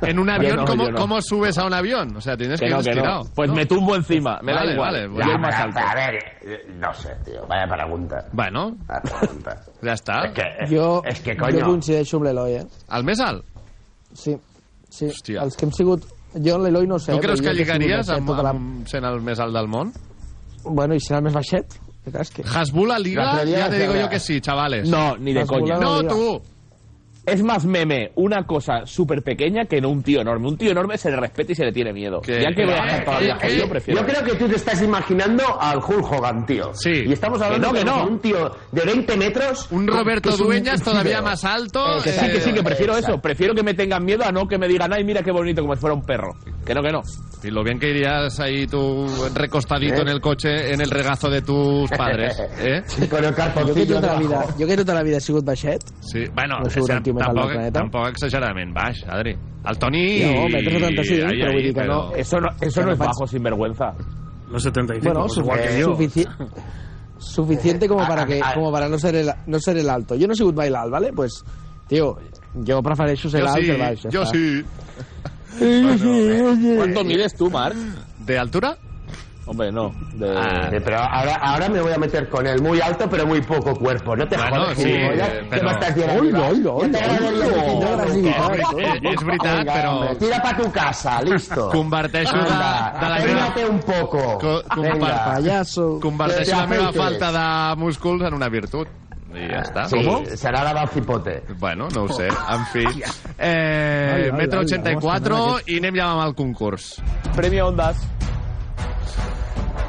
Speaker 5: Yo- En un
Speaker 10: Yo
Speaker 5: avión,
Speaker 10: no,
Speaker 5: ¿cómo,
Speaker 10: yo no.
Speaker 5: cómo subes a un avión? O sea, tienes que,
Speaker 10: Que no,
Speaker 5: ir
Speaker 10: que no.
Speaker 5: estirado.
Speaker 10: Pues me tumbo encima, me da
Speaker 5: Vale,
Speaker 10: igual.
Speaker 5: vale,
Speaker 10: Yo
Speaker 5: pues-
Speaker 10: el más alto.
Speaker 9: A ver, eh, no sé, tío, vaya pregunta.
Speaker 5: Bueno.
Speaker 9: Vaya pregunta.
Speaker 5: ya está.
Speaker 9: Es que,
Speaker 15: Jo,
Speaker 9: es que
Speaker 15: jo
Speaker 9: coño.
Speaker 15: coincideixo amb l'Eloi, eh?
Speaker 5: Al més alt?
Speaker 15: Sí, sí. Els que hem sigut... Jo l'Eloi no ho sé.
Speaker 5: ¿Tú crees
Speaker 15: però
Speaker 5: que
Speaker 15: jo he sigut
Speaker 5: llegarías
Speaker 15: baixet
Speaker 5: a,
Speaker 15: tota la...
Speaker 5: ser el més alt del món?
Speaker 15: Bueno, i serà el més baixet? Que clar, és que...
Speaker 5: Hasbula Liga,
Speaker 10: L'altre dia
Speaker 5: ya te digo
Speaker 10: estava-
Speaker 5: yo que sí, chavales.
Speaker 10: eh. No, ni de coña.
Speaker 5: No, tú.
Speaker 10: Es más meme una cosa súper pequeña que no un tío enorme. Un tío enorme se le respeta y se le tiene miedo. Ya que veas todavía que yo prefiero.
Speaker 9: Yo creo que tú te estás imaginando al Hulk Hogan, tío. Sí. Y estamos hablando
Speaker 10: Que no, que
Speaker 9: como
Speaker 10: no.
Speaker 9: de un tío de 20 metros.
Speaker 5: Un
Speaker 10: Que
Speaker 5: Roberto
Speaker 10: es un-
Speaker 5: Dueñas
Speaker 10: un
Speaker 5: todavía
Speaker 10: fideo.
Speaker 5: más alto.
Speaker 10: Eh, que sí,
Speaker 5: eh,
Speaker 10: que sí, que prefiero eso.
Speaker 5: exacto.
Speaker 10: Prefiero que me tengan miedo a no que me digan, ay, mira qué bonito, como si fuera un perro. Que no, que no.
Speaker 5: Y lo bien que irías ahí tú recostadito
Speaker 9: ¿Eh?
Speaker 5: en el coche, en el regazo de tus padres. ¿eh?
Speaker 9: con el
Speaker 15: Jo que, tota la vida, jo que tota la vida he sigut baixet,
Speaker 5: Sí, bueno,
Speaker 15: No
Speaker 5: no
Speaker 15: surt
Speaker 5: ser,
Speaker 15: antimetal del
Speaker 5: tampoc,
Speaker 15: planeta.
Speaker 5: tampoc exageradament baix, Adri. El Toni...
Speaker 15: No, metro 75,
Speaker 5: Ai,
Speaker 15: però
Speaker 5: ai,
Speaker 15: vull dir que no.
Speaker 10: Eso no, eso
Speaker 15: Que
Speaker 10: no
Speaker 15: no
Speaker 10: es
Speaker 15: faig-
Speaker 10: bajo sin vergüenza.
Speaker 18: Los 75,
Speaker 15: Bueno,
Speaker 18: pues
Speaker 15: su-
Speaker 18: igual que yo.
Speaker 15: sufici- suficiente
Speaker 5: Ah,
Speaker 15: como para que como para no ser el, no ser el alto. Jo no he sigut mai l'alt, ¿vale? Pues, tio, jo prefereixo ser
Speaker 5: Jo
Speaker 15: l'alt
Speaker 5: sí,
Speaker 15: que el baix. Ja
Speaker 5: jo
Speaker 15: està.
Speaker 5: sí. eh,
Speaker 10: ¿Cuánto mides tú, Marc?
Speaker 5: ¿De altura?
Speaker 10: Hombre, no. De...
Speaker 9: Ah, sí, pero ahora, ahora me voy a meter con él. Muy alto, pero muy poco cuerpo. No te
Speaker 5: Bueno,
Speaker 9: jodas,
Speaker 5: sí,
Speaker 9: gilipollas,
Speaker 5: eh,
Speaker 9: que
Speaker 5: pero-
Speaker 9: me estás diciendo
Speaker 5: Oilo,
Speaker 9: arriba.
Speaker 5: oilo,
Speaker 9: Ya te
Speaker 5: oilo,
Speaker 9: gano los
Speaker 5: oilo.
Speaker 9: veinticinco grados
Speaker 5: Hombre,
Speaker 9: y-
Speaker 5: eh, es verdad,
Speaker 9: Venga,
Speaker 5: pero-
Speaker 9: hombre, Tira para tu casa, listo.
Speaker 5: Converteixo de,
Speaker 9: Anda,
Speaker 5: de la
Speaker 9: peínate un poco.
Speaker 5: Co-
Speaker 9: Venga.
Speaker 5: compar- Converteixo la meva falta de músculs en una virtut. I ja està.
Speaker 9: Sí, serà la del cipote.
Speaker 5: Bueno, no ho sé, en fi. Eh,
Speaker 9: Ai, ai,
Speaker 5: metro
Speaker 9: ai,
Speaker 5: 84
Speaker 9: home,
Speaker 5: i anem ja amb el concurs.
Speaker 10: Premio Ondas.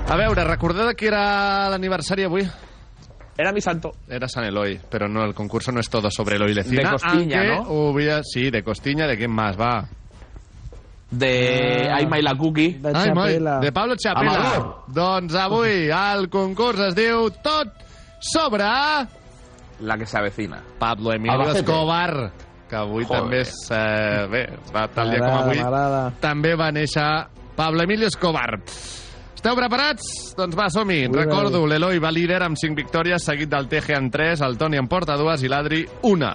Speaker 5: A veure, recordeu de qui era l'aniversari avui?
Speaker 10: Era mi santo.
Speaker 5: Era San Eloy, pero no, el concurso no es todo sobre Eloy Lecina.
Speaker 10: De Costiña,
Speaker 5: aunque
Speaker 10: ¿no?
Speaker 5: hubiera- sí, de Costiña, ¿de quién más va?
Speaker 10: De
Speaker 5: Ah.
Speaker 10: Aima y la Cookie.
Speaker 5: De, Ai, moi, de Pablo Chapela.
Speaker 10: Amador.
Speaker 5: Doncs avui el concurs es diu Tot sobre
Speaker 10: La que se avecina.
Speaker 5: Pablo Emilio
Speaker 10: Albacete.
Speaker 5: Escobar, que avui
Speaker 10: Joder.
Speaker 5: també és... Eh, bé, va, tal dia com
Speaker 15: M'agrada,
Speaker 5: avui
Speaker 15: m'agrada.
Speaker 5: també va néixer Pablo Emilio Escobar. Esteu preparats? Doncs va, som-hi.
Speaker 15: Ui,
Speaker 5: Recordo, l'Eloi va líder amb 5 victòries, seguit del TG amb 3, el Toni en porta 2 i l'Adri una.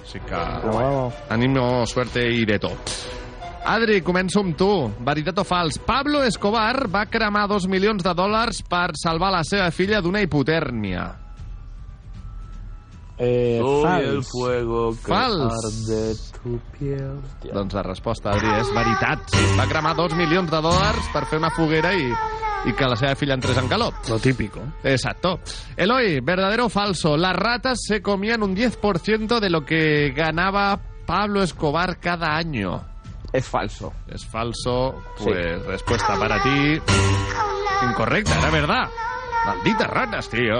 Speaker 5: Així que...
Speaker 15: Bravo.
Speaker 5: Animo, suerte i de tot. Adri, començo amb tu. Veritat o fals? Pablo Escobar va cremar 2 milions de dòlars per salvar la seva filla d'una hipotèrnia.
Speaker 15: Eh,
Speaker 5: Soy
Speaker 15: fals.
Speaker 5: el fuego que Fals. arde
Speaker 15: tu piel.
Speaker 5: Doncs la resposta, Adri, és veritat. Va cremar 2 milions de dòlars per fer una foguera i, i que la seva filla entrés en calor.
Speaker 18: Lo típico.
Speaker 5: Exacto. Eloy, verdadero o falso, las ratas se comían un 10% de lo que ganaba Pablo Escobar cada año.
Speaker 10: Es falso.
Speaker 5: Es falso, pues respuesta para ti. Incorrecta, era verdad. Malditas ratas, tío.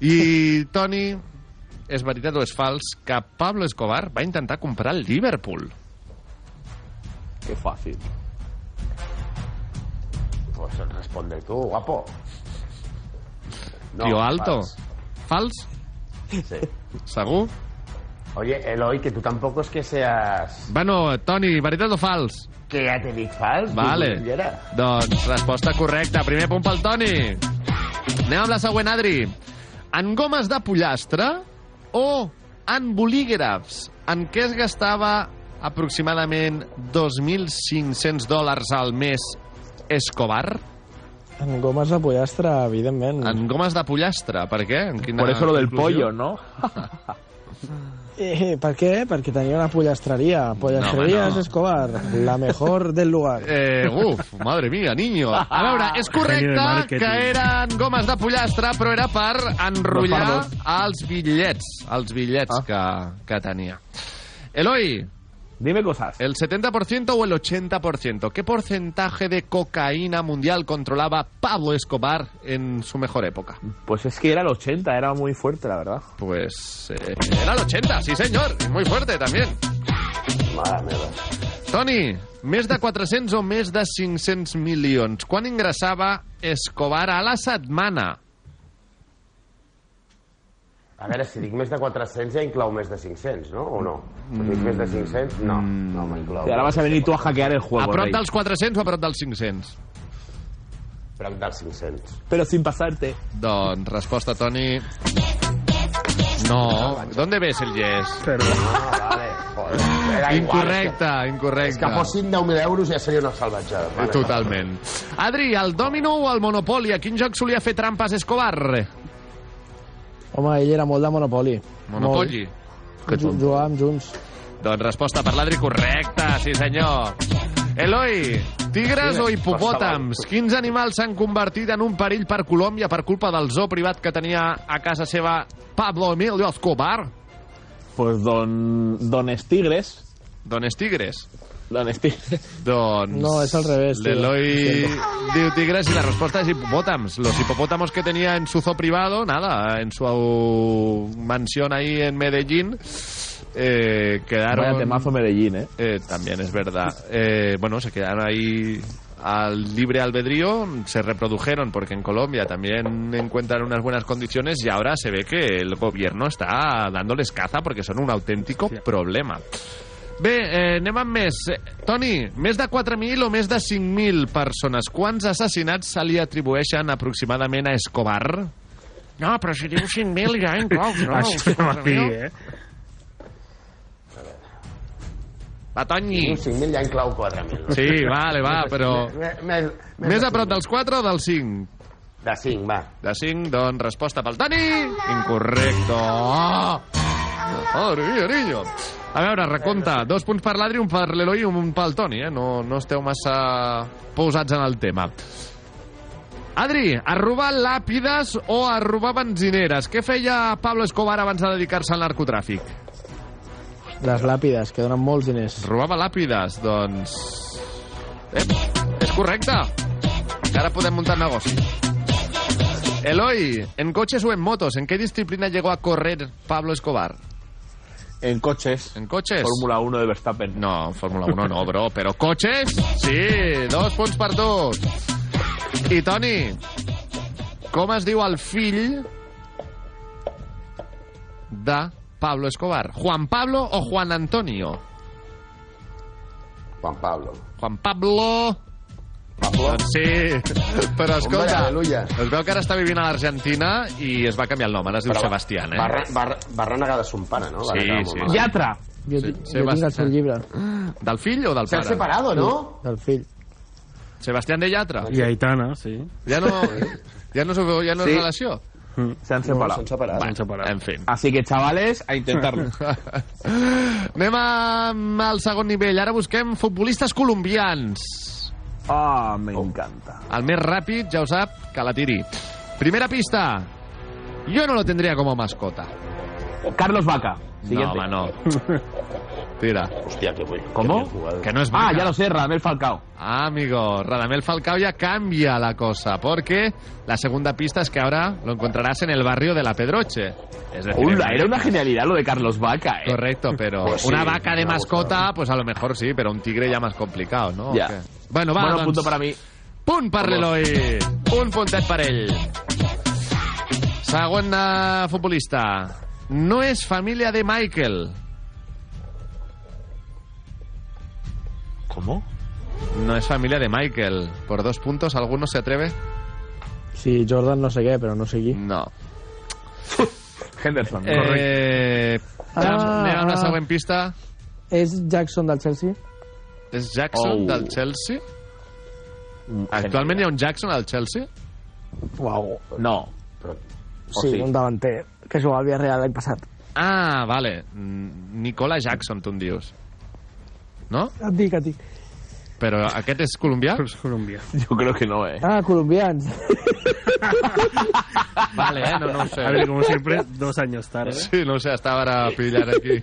Speaker 5: I, Toni, és veritat o és fals que Pablo Escobar va intentar comprar el Liverpool?
Speaker 10: Qué fácil.
Speaker 9: pues responde tú, guapo.
Speaker 5: No, Tío alto. Fals.
Speaker 9: Sí.
Speaker 5: Segur?
Speaker 9: Oye, Eloy, que tú tampoco es que seas...
Speaker 5: Bueno, Toni, veritat o fals?
Speaker 9: Que ja t'he dit fals.
Speaker 5: Vale.
Speaker 9: Tinguera.
Speaker 5: Doncs resposta correcta. Primer punt pel Toni. Anem amb la següent, Adri. En gomes de pollastre o en bolígrafs? En què es gastava aproximadament 2.500 dòlars al mes Escobar?
Speaker 15: En gomes de pollastre, evidentment.
Speaker 5: En gomes de pollastre, per què? En quina
Speaker 10: Por eso lo del
Speaker 5: conclusió?
Speaker 10: pollo, ¿no?
Speaker 15: Eh, per què? Perquè tenia una pollastreria. Pollastreria
Speaker 5: No, home,
Speaker 15: no,
Speaker 5: no.
Speaker 15: és Escobar, la mejor del lugar.
Speaker 5: Eh, uf, madre mía, niño. A veure, és
Speaker 15: Genio de
Speaker 5: correcte
Speaker 15: marketing.
Speaker 5: que eren gomes de pollastre, però era per enrotllar els bitllets, els bitllets que, que tenia. Eloi.
Speaker 10: Dime cosas.
Speaker 5: ¿El 70% o el 80%? ¿Qué porcentaje de cocaína mundial controlaba Pablo Escobar en su mejor época?
Speaker 10: Pues es que era el 80, era muy fuerte, la verdad.
Speaker 5: Pues eh, era el 80, sí senyor, i muy fuerte también.
Speaker 9: Mare meva.
Speaker 5: Toni, més de 400 o més de 500 milions. Quan ingressava Escobar a la setmana?
Speaker 9: A veure, si dic més de 400 ja inclou més de 500, no? O no? Si dic més de 500, no,
Speaker 5: Mm.
Speaker 9: no m'inclou.
Speaker 10: Y ahora vas a venir tú a hackear el juego.
Speaker 5: A prop
Speaker 10: Rey.
Speaker 5: dels 400 o a prop dels 500?
Speaker 9: Prop dels 500.
Speaker 10: Pero sin pasarte.
Speaker 5: Doncs resposta, Toni... No. ¿Dónde ves el yes?
Speaker 9: Ah, vale, joder. Era igual,
Speaker 5: Incorrecte,
Speaker 9: És que, és
Speaker 5: incorrecte.
Speaker 9: que fossin 10.000 euros ja seria una salvatjada. Vale.
Speaker 5: Totalment. Adri, el Domino o el Monopoly? A quin joc solia fer trampes Escobar?
Speaker 15: Home, ell era molt de Monopoli.
Speaker 5: Monopoly.
Speaker 15: Molt. Ju- Jugàvem junts.
Speaker 5: Doncs resposta per l'Adri correcta, sí senyor. Eloi, tigres
Speaker 15: Dime,
Speaker 5: o hipopòtams? Quins animals s'han convertit en un perill per Colòmbia per culpa del zoo privat que tenia a casa seva Pablo Emilio Escobar?
Speaker 10: Pues don, dones tigres.
Speaker 5: Dones tigres.
Speaker 10: Dones tigres.
Speaker 5: Doncs...
Speaker 15: No, és al revés, tio.
Speaker 5: L'Eloi diu tigres i la resposta és hipopótamos. Los hipopótamos que tenía en su zoo privado, nada, en su mansión ahí en Medellín, eh, quedaron...
Speaker 10: Vaya temazo Medellín, ¿eh?
Speaker 5: Eh, también es verdad. Eh, bueno, se quedaron ahí al libre albedrío, se reprodujeron porque en Colombia también encuentran unas buenas condiciones y ahora se ve que el gobierno está dándoles caza porque son un auténtico problema. Bé, eh, anem amb més. Eh, Toni, més de 4.000 o més de 5.000 persones. Quants assassinats se li atribueixen aproximadament a Escobar? No, però si diu 5.000 ja inclou, no?
Speaker 2: Això no m'ha dit, eh?
Speaker 5: Va, Toni.
Speaker 9: Un 5.000 ja inclou 4.000.
Speaker 5: Sí, vale, va, però-
Speaker 9: Més,
Speaker 5: Més a prop dels 4 o dels 5?
Speaker 9: De 5, va.
Speaker 5: De 5, doncs resposta pel Dani. Incorrecto. Oh! Madre mía, niño. A veure, recompte. Dos punts per l'Adri, un per l'Eloi i un pel Toni. Eh? No, no esteu massa posats en el tema. Adri, a robar làpides o a robar benzineres? Què feia Pablo Escobar abans de dedicar-se al narcotràfic?
Speaker 15: Les làpides, que donen molts diners.
Speaker 5: Robava làpides, doncs... Ep, és correcte. Ara podem muntar negoci. Eloi, en coches o en motos, ¿en qué disciplina llegó a correr Pablo Escobar?
Speaker 10: En coches.
Speaker 5: En coches.
Speaker 10: Fórmula 1 de Verstappen.
Speaker 5: No, Ah, en Fórmula 1 no, bro, però cotxes, sí, dos punts per tu. I Toni, com es diu el fill de Pablo Escobar? Juan Pablo o Juan Antonio?
Speaker 9: Juan Pablo.
Speaker 5: Juan Pablo...
Speaker 9: Pablo.
Speaker 5: Doncs sí, però
Speaker 9: Hombre,
Speaker 5: escolta,
Speaker 9: aleluya.
Speaker 5: es veu que ara està vivint a l'Argentina i es va canviar el nom, ara es diu
Speaker 9: Però va-
Speaker 5: Sebastián, eh?
Speaker 9: Va, re- va, re- va renegar de son pare, no? Va
Speaker 5: Sí,
Speaker 9: renegar molt
Speaker 5: sí.
Speaker 9: malament.
Speaker 10: Yatra.
Speaker 15: Jo,
Speaker 5: Sí,
Speaker 15: sí,
Speaker 5: sí,
Speaker 15: jo tinc el
Speaker 5: bastant.
Speaker 15: seu llibre.
Speaker 5: Del fill o del
Speaker 9: Se
Speaker 5: pare?
Speaker 9: han separado, ¿no?
Speaker 15: Del fill.
Speaker 5: Sebastián de Yatra.
Speaker 2: I Aitana, sí.
Speaker 5: Ja no, ja no, sou- ja no és
Speaker 10: Sí.
Speaker 5: relació.
Speaker 10: Hmm. Se han
Speaker 9: No,
Speaker 10: separado.
Speaker 9: s'han separat.
Speaker 5: Bueno, en fi.
Speaker 10: Así que, chavales, a intentarlo.
Speaker 5: Anem amb el segon nivell. Ara busquem futbolistes colombians.
Speaker 10: Ah, me encanta.
Speaker 5: El més ràpid, ja ho sap, que la tiri. Primera pista. Yo no lo tendría como mascota.
Speaker 10: Carlos Vaca.
Speaker 5: No,
Speaker 10: Siguiente.
Speaker 5: home, no. Tira.
Speaker 9: Hostia, qué bueno.
Speaker 10: ¿Cómo?
Speaker 5: Que no es
Speaker 10: Ah,
Speaker 5: vaca.
Speaker 10: ya lo sé, Ramel Falcao.
Speaker 5: Ah, amigo, Radamel Falcao ya cambia la cosa, porque la segunda pista es que ahora lo encontrarás en el barrio de La Pedroche. Es decir,
Speaker 10: Hola,
Speaker 5: en-
Speaker 10: era una genialidad lo de Carlos Vaca, eh.
Speaker 5: Correcto, pero
Speaker 9: Pues sí,
Speaker 5: una vaca de
Speaker 9: me ha
Speaker 5: mascota, pues a lo mejor sí, pero un tigre ya más complicado, ¿no? ¿O
Speaker 10: Ya.
Speaker 5: qué? Bueno, va,
Speaker 10: Bueno,
Speaker 5: doncs,
Speaker 10: punto para mí.
Speaker 5: Punt per l'Eloi. Un puntet per ell. Segon eh, futbolista. No és família de Michael.
Speaker 19: ¿Cómo?
Speaker 5: No es familia de Michael. Por dos puntos, ¿alguno se atreve?
Speaker 15: Sí, Jordan no sé qué, pero no seguí.
Speaker 5: No.
Speaker 10: Henderson, correcte.
Speaker 5: Eh, anem,
Speaker 15: Ah.
Speaker 5: anem amb la següent pista.
Speaker 15: És Jackson del Chelsea?
Speaker 5: És Jackson
Speaker 15: Oh.
Speaker 5: del Chelsea? Actualment hi ha un Jackson al Chelsea?
Speaker 15: Uau.
Speaker 10: No.
Speaker 5: Oh,
Speaker 15: Sí, un davanter que jugava al Villarreal l'any passat.
Speaker 5: Ah, vale. Mm, Nicola Jackson, tu en dius. No?
Speaker 15: Et dic, et dic.
Speaker 5: Però aquest és colombià? És
Speaker 2: colombià.
Speaker 10: Jo crec que no, eh?
Speaker 15: Ah, colombians.
Speaker 5: Vale, eh? No, no ho sé.
Speaker 2: A ver, como siempre, dos años tarde.
Speaker 5: Sí, no ho sé, estava ara pillant aquí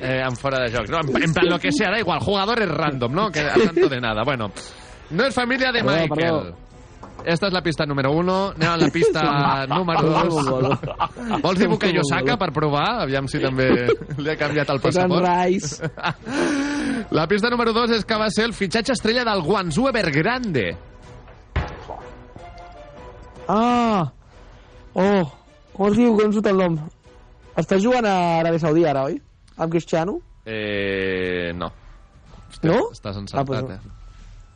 Speaker 5: eh, en fora de joc. No, en, en plan, lo que sea, da igual, jugadores random, ¿no? Que a tanto de nada. Bueno, no es familia de
Speaker 19: Perdó,
Speaker 5: Michael.
Speaker 19: perdó.
Speaker 5: Esta es la pista número uno. Anem a la pista número dos. Ah, Vols dir Bukayo Saka per provar? Aviam si també li ha canviat el passaport.
Speaker 15: Rice.
Speaker 5: La pista número 2 és que va ser el fitxatge estrella del Guangzhou Evergrande.
Speaker 15: Ah! Oh! Com es diu? Com surt el nom? Està jugant a Aràbia Saudí ara, oi? Amb Cristiano?
Speaker 5: Eh, no.
Speaker 15: No?
Speaker 5: Estàs
Speaker 15: Ah, pues
Speaker 5: encertat,
Speaker 15: no.
Speaker 5: eh?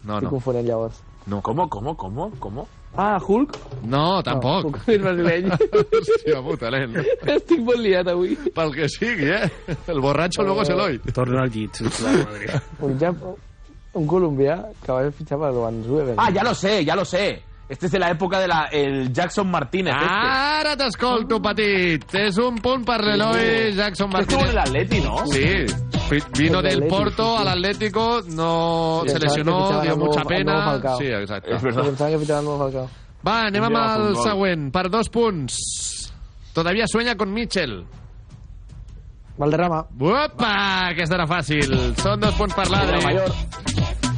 Speaker 5: No,
Speaker 15: Estic
Speaker 5: no.
Speaker 15: confonent llavors.
Speaker 5: No.
Speaker 10: ¿Cómo, cómo, cómo, cómo?
Speaker 15: Ah, Hulk?
Speaker 5: No, tampoc.
Speaker 15: No, és brasileño.
Speaker 5: Hòstia puta, nen.
Speaker 15: Estic molt liat avui.
Speaker 5: Pel que sigui, eh? El borratxo luego es el hoy.
Speaker 2: Torna al jiu-jitsu, madre.
Speaker 15: Oh. Un, ja, un colombià que va fitxar per Guangzhou. eh?
Speaker 10: Ah, ya lo sé, ya lo sé. Este es de la época de la, el Jackson Martínez. este.
Speaker 5: Ara t'escolto, petit. És un punt per l'Eloi Jackson
Speaker 10: Este. Estuvo en el
Speaker 5: Martínez.
Speaker 10: Atleti, ¿no?
Speaker 5: Sí, Fi- vino
Speaker 10: El
Speaker 5: del
Speaker 10: Atlético,
Speaker 5: Porto al Atlético, no
Speaker 15: Sí,
Speaker 5: se
Speaker 15: pensaba que
Speaker 5: lesionó,
Speaker 15: fichaban
Speaker 5: dio
Speaker 15: al nuevo-
Speaker 5: mucha
Speaker 15: al nuevo
Speaker 5: pena.
Speaker 15: Falcao.
Speaker 5: Sí, exacte.
Speaker 15: És verdad. Pensava que fitxava el nou Falcao.
Speaker 5: Va, anem amb
Speaker 15: Indiana
Speaker 5: el
Speaker 15: Football.
Speaker 5: següent. Per dos punts. Todavía sueña con Mitchell.
Speaker 15: Valderrama.
Speaker 5: Uapa! Aquesta este era fàcil. Són dos punts per l'Adri.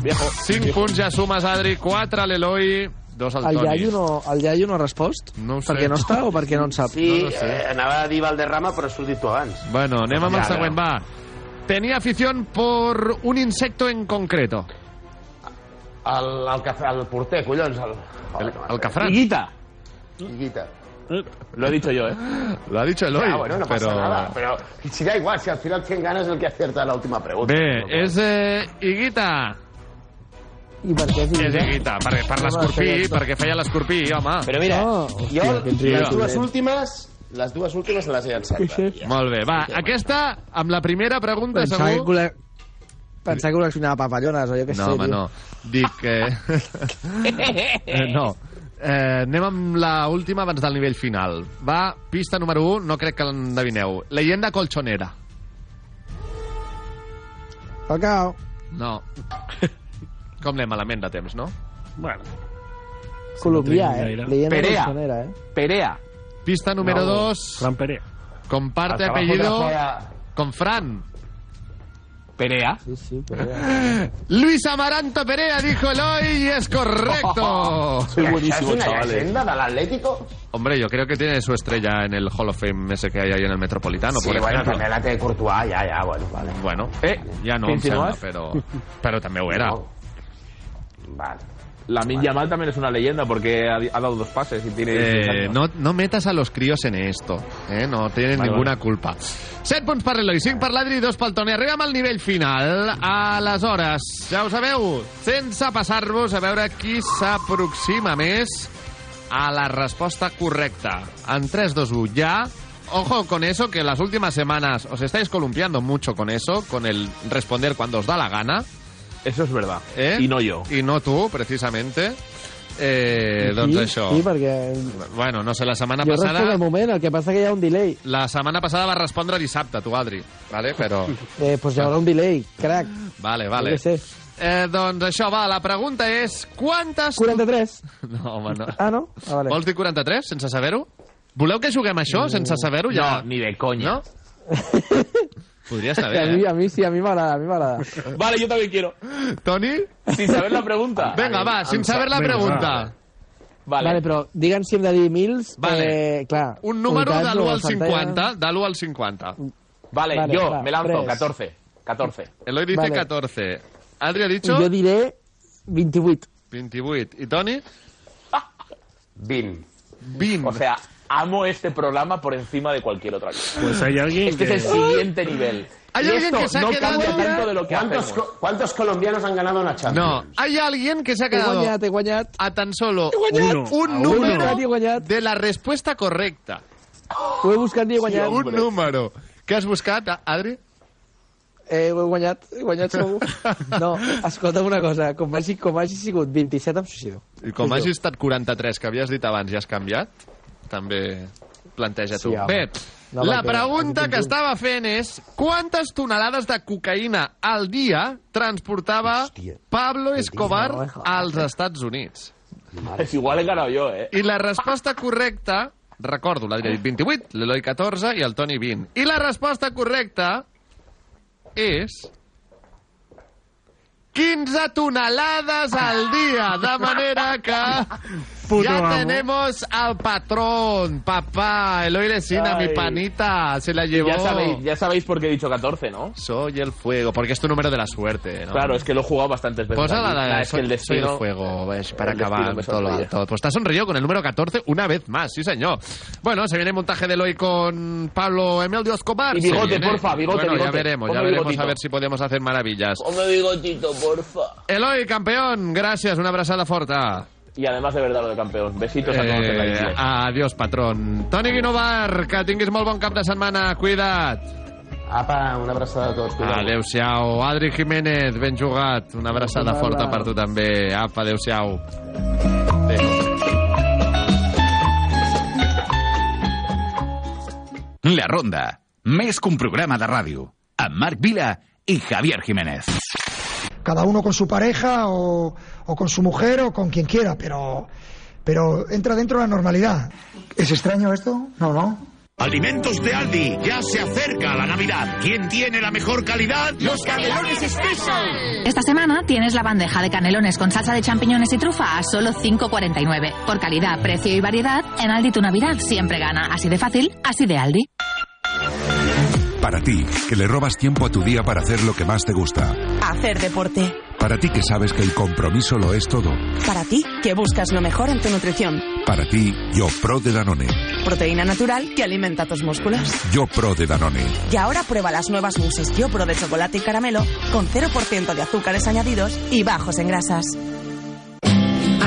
Speaker 10: Viejo.
Speaker 5: Cinc punts ja sumes, Adri. Quatre a l'Eloi. Dos al
Speaker 15: El
Speaker 5: Toni.
Speaker 15: iaio, no, el iaio no ha respost?
Speaker 5: No ho sé.
Speaker 15: Perquè no està o perquè no en sap?
Speaker 9: Sí, eh, anava a dir Valderrama, però has sortit tu abans.
Speaker 5: Bueno, anem amb el
Speaker 9: Ja, ja.
Speaker 5: següent, va. Tenía afición por un insecto en concreto.
Speaker 9: El, el, caf- el porter, collons. El, el,
Speaker 5: El cafrán.
Speaker 10: Higuita.
Speaker 9: Higuita.
Speaker 10: Lo he dicho yo, ¿eh?
Speaker 5: Lo ha dicho Eloi,
Speaker 9: Ah, bueno, no pasa
Speaker 5: però...
Speaker 9: nada. Pero si da igual, si al final quien gana es el que acierta la última pregunta.
Speaker 5: Bé, és eh, Higuita.
Speaker 15: I per què
Speaker 5: És Higuita, per, per l'escorpí, perquè feia l'escorpí, home.
Speaker 9: Però mira, jo les dues
Speaker 5: Mira.
Speaker 9: últimes les dues últimes les he encertat.
Speaker 5: Molt bé, va. Aquesta, amb la primera pregunta,
Speaker 15: Pensava que,
Speaker 5: segur...
Speaker 15: col·le... Pensava que col·leccionava papallones o jo què
Speaker 5: No,
Speaker 15: sé.
Speaker 5: home,
Speaker 15: tio.
Speaker 5: no. Dic que... Eh, no. Eh, anem amb la última abans del nivell final. Va, pista número 1, no crec que l'endevineu. Leyenda colchonera.
Speaker 15: Falcao.
Speaker 5: No. Com anem malament de temps, no?
Speaker 2: Bueno.
Speaker 15: Colombià, eh?
Speaker 5: Gaire.
Speaker 15: Leyenda
Speaker 5: Perea.
Speaker 15: colchonera, eh?
Speaker 10: Perea.
Speaker 5: Pista número
Speaker 15: No.
Speaker 5: 2.
Speaker 2: Fran Perea.
Speaker 5: Comparte
Speaker 10: Al trabajo
Speaker 5: apellido
Speaker 10: de afuera.
Speaker 5: con Fran.
Speaker 10: Perea.
Speaker 15: Sí, sí, Perea.
Speaker 5: Luis Amaranto Perea, dijo Eloy, y es correcto.
Speaker 9: Soy buenísimo, eh. ¿Es una chavales. leyenda del Atlético?
Speaker 5: Hombre, yo creo que tiene su estrella en el Hall of Fame ese que hay ahí en el Metropolitano,
Speaker 9: Sí,
Speaker 5: por
Speaker 9: bueno,
Speaker 5: ejemplo.
Speaker 9: també la té Courtois, ja, ja, bueno, vale.
Speaker 5: Bueno,
Speaker 10: Eh.
Speaker 5: ja no,
Speaker 9: Què
Speaker 5: em sembla,
Speaker 9: insinues?
Speaker 5: però, però també ho era.
Speaker 9: Vale.
Speaker 10: La Minyamal también es una leyenda porque ha, ha dado dos pases y tiene. 16
Speaker 5: Eh,
Speaker 10: años.
Speaker 5: no, no metas a los críos en esto, eh? no tienen
Speaker 10: Vale,
Speaker 5: ninguna
Speaker 10: vale.
Speaker 5: culpa. 7 punts per l'Eloi, 5 per l'Adri i 2 pel Toni. Arribem al nivell final. Aleshores, ja ho sabeu, sense passar-vos a veure qui s'aproxima més a la resposta correcta. En 3, 2, 1, ya. Ojo con eso, que las últimas semanas os estáis columpiando mucho con eso, con el responder cuando os da la gana.
Speaker 10: Eso es verdad.
Speaker 5: Eh?
Speaker 10: Y no yo.
Speaker 5: I no tu, precisament. Eh, doncs
Speaker 15: sí,
Speaker 5: això.
Speaker 15: Sí, perquè
Speaker 5: Bueno, no sé, la setmana
Speaker 15: jo responc
Speaker 5: passada...
Speaker 15: al moment, el que passa que hi ha un delay.
Speaker 5: La setmana passada vas respondre dissabte, tu, Adri. Vale, però...
Speaker 15: Eh, doncs hi haurà un delay, crac.
Speaker 5: Vale, vale.
Speaker 15: Jo què sé.
Speaker 5: Eh, doncs això, va, la pregunta és... Quantes...
Speaker 15: 43.
Speaker 5: No, home, no.
Speaker 15: Ah, no? Ah, vale. Uh.
Speaker 5: Vols dir 43, sense saber-ho? Voleu que juguem això, sense saber-ho? Ja...
Speaker 10: No, ni de coña.
Speaker 5: Podria estar
Speaker 15: a, mi,
Speaker 5: bé, eh?
Speaker 15: a mi sí, a mi m'agrada, a mi m'agrada.
Speaker 10: Vale, yo también quiero.
Speaker 5: Toni?
Speaker 10: Sin saber la pregunta.
Speaker 5: Vinga, va, sin saber la
Speaker 10: Venga,
Speaker 5: pregunta.
Speaker 10: Vale.
Speaker 15: Vale, però digue'ns si hem de dir mils.
Speaker 5: Vale.
Speaker 15: Eh, clar,
Speaker 5: Un número de
Speaker 15: unitats
Speaker 5: l'1
Speaker 15: o
Speaker 5: al
Speaker 15: centenes.
Speaker 5: 50. De l'1 al 50.
Speaker 10: Vale,
Speaker 15: Vale,
Speaker 10: yo
Speaker 15: va,
Speaker 10: me lanzo.
Speaker 15: tres.
Speaker 10: 14. 14.
Speaker 5: Eloy dice
Speaker 15: Vale.
Speaker 5: 14. Adri ha dicho...
Speaker 15: Jo diré 28.
Speaker 5: 28. 28. ¿Y Tony?
Speaker 10: 20.
Speaker 5: Bin.
Speaker 10: O sea, amo este programa por encima de cualquier otra cosa.
Speaker 20: Pues hay alguien
Speaker 10: Este
Speaker 20: que-
Speaker 10: es el siguiente nivel.
Speaker 5: Hay
Speaker 10: Y
Speaker 5: alguien
Speaker 10: esto
Speaker 5: que se ha
Speaker 10: no
Speaker 5: quedado-
Speaker 10: cambia tanto de lo que
Speaker 9: ¿Cuántos,
Speaker 10: hacemos.
Speaker 9: co- cuántos colombianos han ganado una
Speaker 5: No,
Speaker 9: Champions?
Speaker 5: hay alguien que se ha
Speaker 9: He
Speaker 5: quedado
Speaker 9: guanyat,
Speaker 5: a tan solo
Speaker 9: guanyat.
Speaker 5: un-
Speaker 9: Uno,
Speaker 5: un
Speaker 9: a uno.
Speaker 5: número de la respuesta correcta.
Speaker 15: Ho he buscat i he guanyat.
Speaker 5: Un número. Què has buscat, Adri?
Speaker 15: Eh, ho he guanyat, he guanyat segur. No, escolta'm una cosa, com hagi, com hagi sigut 27 em suïcido.
Speaker 5: I com hagi estat 43, que havies dit abans, i has canviat, també planteja tu.
Speaker 4: Sí, home.
Speaker 5: Bé,
Speaker 4: No,
Speaker 5: la
Speaker 4: perquè
Speaker 5: pregunta
Speaker 4: aquí
Speaker 5: que
Speaker 4: tinc
Speaker 5: estava fent és quantes tonelades de cocaïna al dia transportava Pablo Escobar
Speaker 4: eh,
Speaker 5: als Estats Units?
Speaker 10: Es igual he ganado yo, ¿eh?
Speaker 5: I la resposta correcta, recordo, l'Adrià ha dit 28, l'Eloi 14 i el Toni 20. I la resposta correcta és... 15 tonelades al dia, de manera que
Speaker 4: Puto
Speaker 5: ya
Speaker 4: amo.
Speaker 5: tenemos al patrón, papá, Eloy Lesina,
Speaker 10: Ay.
Speaker 5: mi panita, se la
Speaker 10: Y
Speaker 5: llevó.
Speaker 10: Ya sabéis, ya sabéis por qué he dicho 14, ¿no?
Speaker 5: Soy el fuego, porque es tu número de la suerte, ¿no?
Speaker 10: Claro, es que lo he jugado bastantes veces.
Speaker 5: Pues nada,
Speaker 10: aquí.
Speaker 5: nada,
Speaker 10: Nah, es
Speaker 5: soy,
Speaker 10: que el
Speaker 5: soy
Speaker 10: destino...
Speaker 5: el fuego, ves, para
Speaker 10: el
Speaker 5: acabar
Speaker 10: destino me
Speaker 5: todo lo
Speaker 10: sonríe.
Speaker 5: todo. Pues te has sonreído con el número 14 una vez más, sí señor. Bueno, se viene el montaje de Eloy con Pablo Emelio Escobar.
Speaker 10: Y
Speaker 5: se
Speaker 10: bigote,
Speaker 5: viene-
Speaker 10: porfa, bigote,
Speaker 5: Bueno, ya
Speaker 10: bigote.
Speaker 5: veremos, ya
Speaker 10: Ponme
Speaker 5: veremos
Speaker 10: bigotito.
Speaker 5: a ver si podemos hacer maravillas.
Speaker 10: Ponme bigotito, porfa.
Speaker 5: Eloy, campeón, gracias, una abrazada forta.
Speaker 10: Y además de verdad lo de campeón. Besitos a todos en la
Speaker 5: Eh,
Speaker 10: isla.
Speaker 5: adiós, patrón. Toni Guinovar, que tinguis molt bon cap de setmana. Cuida't.
Speaker 9: Apa, una abraçada a tots. cuidado.
Speaker 5: Adéu-siau. Adri Jiménez, ben jugat. Una abraçada
Speaker 9: Bona
Speaker 5: forta
Speaker 9: tarda.
Speaker 5: per tu també. Apa, adéu-siau.
Speaker 1: La Ronda, més que un programa de ràdio, amb Marc Vila i Javier Jiménez.
Speaker 21: cada uno con su pareja o, o con su mujer o con quien quiera, pero, pero entra dentro de la normalidad. ¿Es extraño esto? No, no.
Speaker 22: Alimentos de Aldi, ya se acerca la Navidad. ¿Quién tiene la mejor calidad? Los canelones Special.
Speaker 23: Esta semana tienes la bandeja de canelones con salsa de champiñones y trufa a solo 5,49. Por calidad, precio y variedad, en Aldi tu Navidad siempre gana. Así de fácil, así de Aldi.
Speaker 3: Para ti, que le robas tiempo a tu día para hacer lo que más te gusta.
Speaker 6: Hacer deporte.
Speaker 3: Para ti que sabes que el compromiso lo es todo.
Speaker 6: Para ti, que buscas lo mejor en tu nutrición.
Speaker 3: Para ti, yo pro de Danone.
Speaker 6: Proteína natural que alimenta tus músculos.
Speaker 3: Yo pro de Danone.
Speaker 6: Y ahora prueba las nuevas muses Yopro de chocolate y caramelo con 0% de azúcares añadidos y bajos en grasas.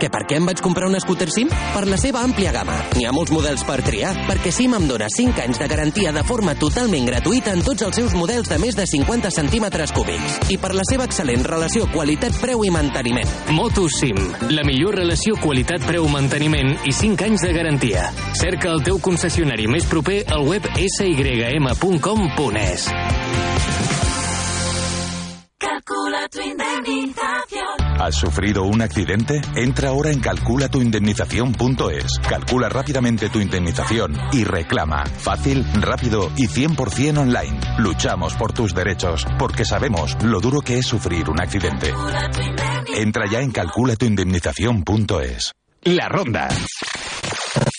Speaker 24: Que per què em vaig comprar una scooter SIM? Per la seva àmplia gamma. N'hi ha molts models per triar, perquè SIM em dona 5 anys de garantia de forma totalment gratuïta en tots els seus models de més de 50 centímetres cúbics. I per la seva excel·lent relació qualitat-preu i manteniment.
Speaker 2: Moto SIM, la millor relació qualitat-preu-manteniment i 5 anys de garantia. Cerca el teu concessionari més proper al web sym.com.es.
Speaker 19: Calcula tu indemnización.
Speaker 25: ¿Has sufrido un accidente? Entra ahora en calculatuindemnización.es. Calcula rápidamente tu indemnización y reclama. Fácil, rápido y 100% online. Luchamos por tus derechos porque sabemos lo duro que es sufrir un accidente. Entra ya en calculatuindemnización.es.
Speaker 1: La Ronda.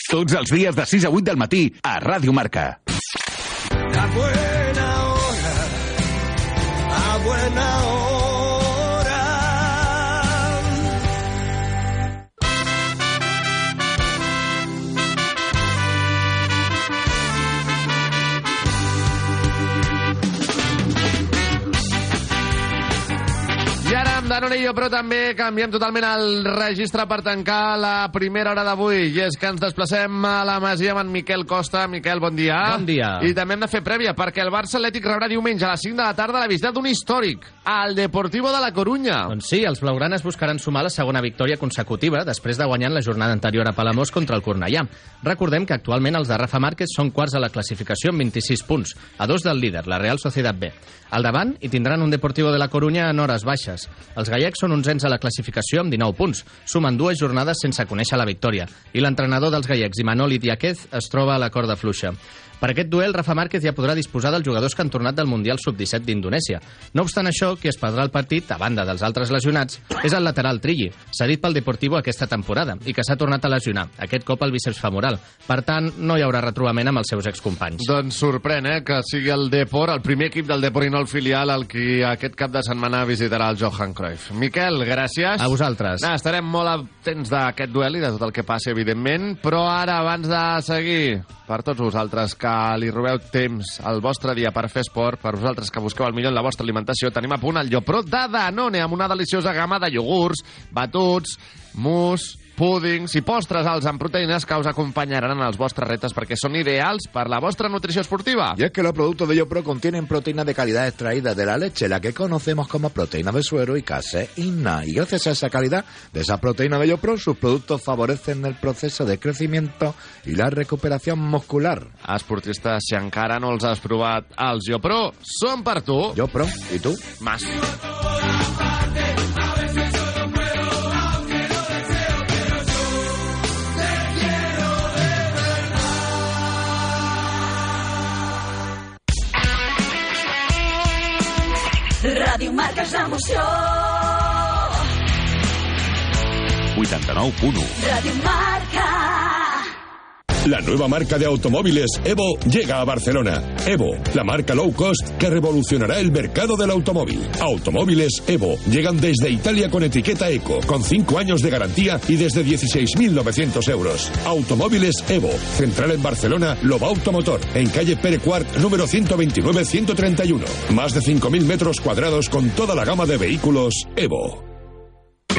Speaker 1: Tots els dies de 6 a 8 del matí a Ràdio Marca.
Speaker 23: A buena hora, a buena hora.
Speaker 5: I ara amb Danone i jo, però també canviem totalment el registre per tancar la primera hora d'avui. I és que ens desplacem a la Masia amb en Miquel Costa. Miquel, bon dia.
Speaker 26: Bon dia.
Speaker 5: I també hem de fer prèvia, perquè el Barça Atlètic rebrà diumenge a les 5 de la tarda la visita d'un històric, al Deportivo de la Coruña.
Speaker 26: Doncs sí, els blaugranes buscaran sumar la segona victòria consecutiva després de guanyar en la jornada anterior a Palamós contra el Cornellà. Recordem que actualment els de Rafa Márquez són quarts a la classificació amb 26 punts, a dos del líder, la Real Societat B. Al davant hi tindran un Deportivo de la Corunya en hores baixes. Els gallecs són onzens a la classificació amb 19 punts, sumen dues jornades sense conèixer la victòria, i l'entrenador dels gallecs, Imanol Itiaquez, es troba a la corda fluixa.
Speaker 27: Per aquest duel, Rafa Márquez ja podrà disposar dels jugadors que han tornat del Mundial Sub-17 d'Indonèsia. No obstant això, qui es perdrà el partit, a banda dels altres lesionats, és el lateral Trilli, cedit pel Deportivo aquesta temporada i que s'ha tornat a lesionar, aquest cop al bíceps femoral. Per tant, no hi haurà retrobament amb els seus excompanys.
Speaker 5: Doncs sorprèn, eh, que sigui el Depor, el primer equip del Depor i no el filial, el que aquest cap de setmana visitarà el Johan Cruyff. Miquel, gràcies.
Speaker 27: A vosaltres.
Speaker 5: Na, estarem molt atents d'aquest duel i de tot el que passi, evidentment, però ara, abans de seguir, per tots vosaltres que li robeu temps al vostre dia per fer esport, per vosaltres que busqueu el millor en la vostra alimentació, tenim a punt el Llopro de Danone amb una deliciosa gamma de iogurts, batuts, mousse, púdings i postres alts en proteïnes que us acompanyaran en els vostres retes perquè són ideals per la vostra nutrició esportiva.
Speaker 9: Y es que los productos de YoPro contienen proteínas de calidad extraídas de la leche, la que conocemos como proteínas de suero y caseína. Y gracias a esa calidad de esa proteína de YoPro, sus productos favorecen el proceso de crecimiento y la recuperación muscular.
Speaker 5: Esportistes, si encara no els has provat, els YoPro són per tu.
Speaker 9: YoPro, i tu?
Speaker 5: Mas.
Speaker 19: Ràdio Marca és l'emoció.
Speaker 12: 89.1
Speaker 19: Ràdio Marca.
Speaker 12: La nueva marca de automóviles Evo llega a Barcelona. Evo, la marca low cost que revolucionará el mercado del automóvil. Automóviles Evo llegan desde Italia con etiqueta Eco, con 5 años de garantía y desde 16.900 euros. Automóviles Evo, central en Barcelona, Loba Automotor, en calle Pere Quart, número 129-131. Más de 5.000 metros cuadrados con toda la gama de vehículos Evo.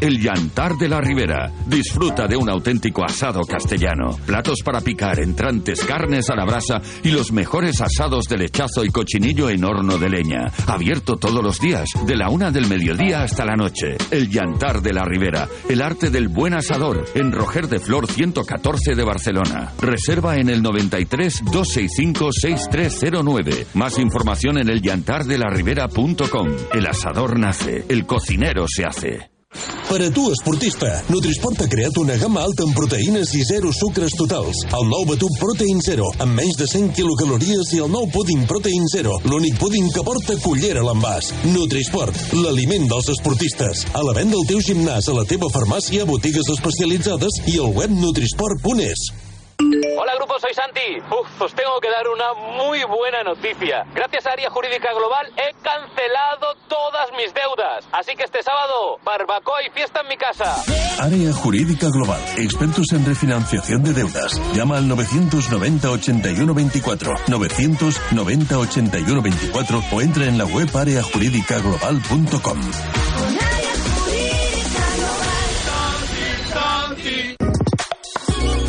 Speaker 7: El Yantar de la Ribera. Disfruta de un auténtico asado castellano. Platos para picar, entrantes, carnes a la brasa y los mejores asados de lechazo y cochinillo en horno de leña. Abierto todos los días, de la una del mediodía hasta la noche. El Yantar de la Ribera. El arte del buen asador. En Roger de Flor 114 de Barcelona. Reserva en el 93 265 6309. Más información en el elyantardelaribera.com. El asador nace. El cocinero se hace.
Speaker 12: Per a tu, esportista, Nutrisport ha creat una gamma alta en proteïnes i zero sucres totals. El nou batut Protein Zero, amb menys de 100 quilocalories i el nou púding Protein Zero, l'únic púding que porta cullera a l'envàs. Nutrisport, l'aliment dels esportistes. A la venda al teu gimnàs, a la teva farmàcia, botigues especialitzades i al web nutrisport.es.
Speaker 10: Hola grupo, soy Santi. Uf, os tengo que dar una muy buena noticia. Gracias a Área Jurídica Global he cancelado todas mis deudas. Así que este sábado, barbacoa y fiesta en mi casa.
Speaker 12: Área Jurídica Global. Expertos en refinanciación de deudas. Llama al 990-81-24. 990-81-24 o entra en la web areajuridicaglobal.com.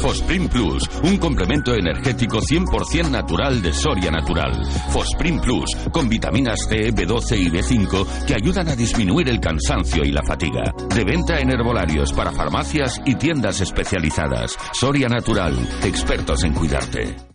Speaker 7: Fosprin Plus, un complemento energético 100% natural de Soria Natural. Fosprin Plus, con vitaminas C, B12 y B5 que ayudan a disminuir el cansancio y la fatiga. De venta en herbolarios para farmacias y tiendas especializadas. Soria Natural, expertos en cuidarte.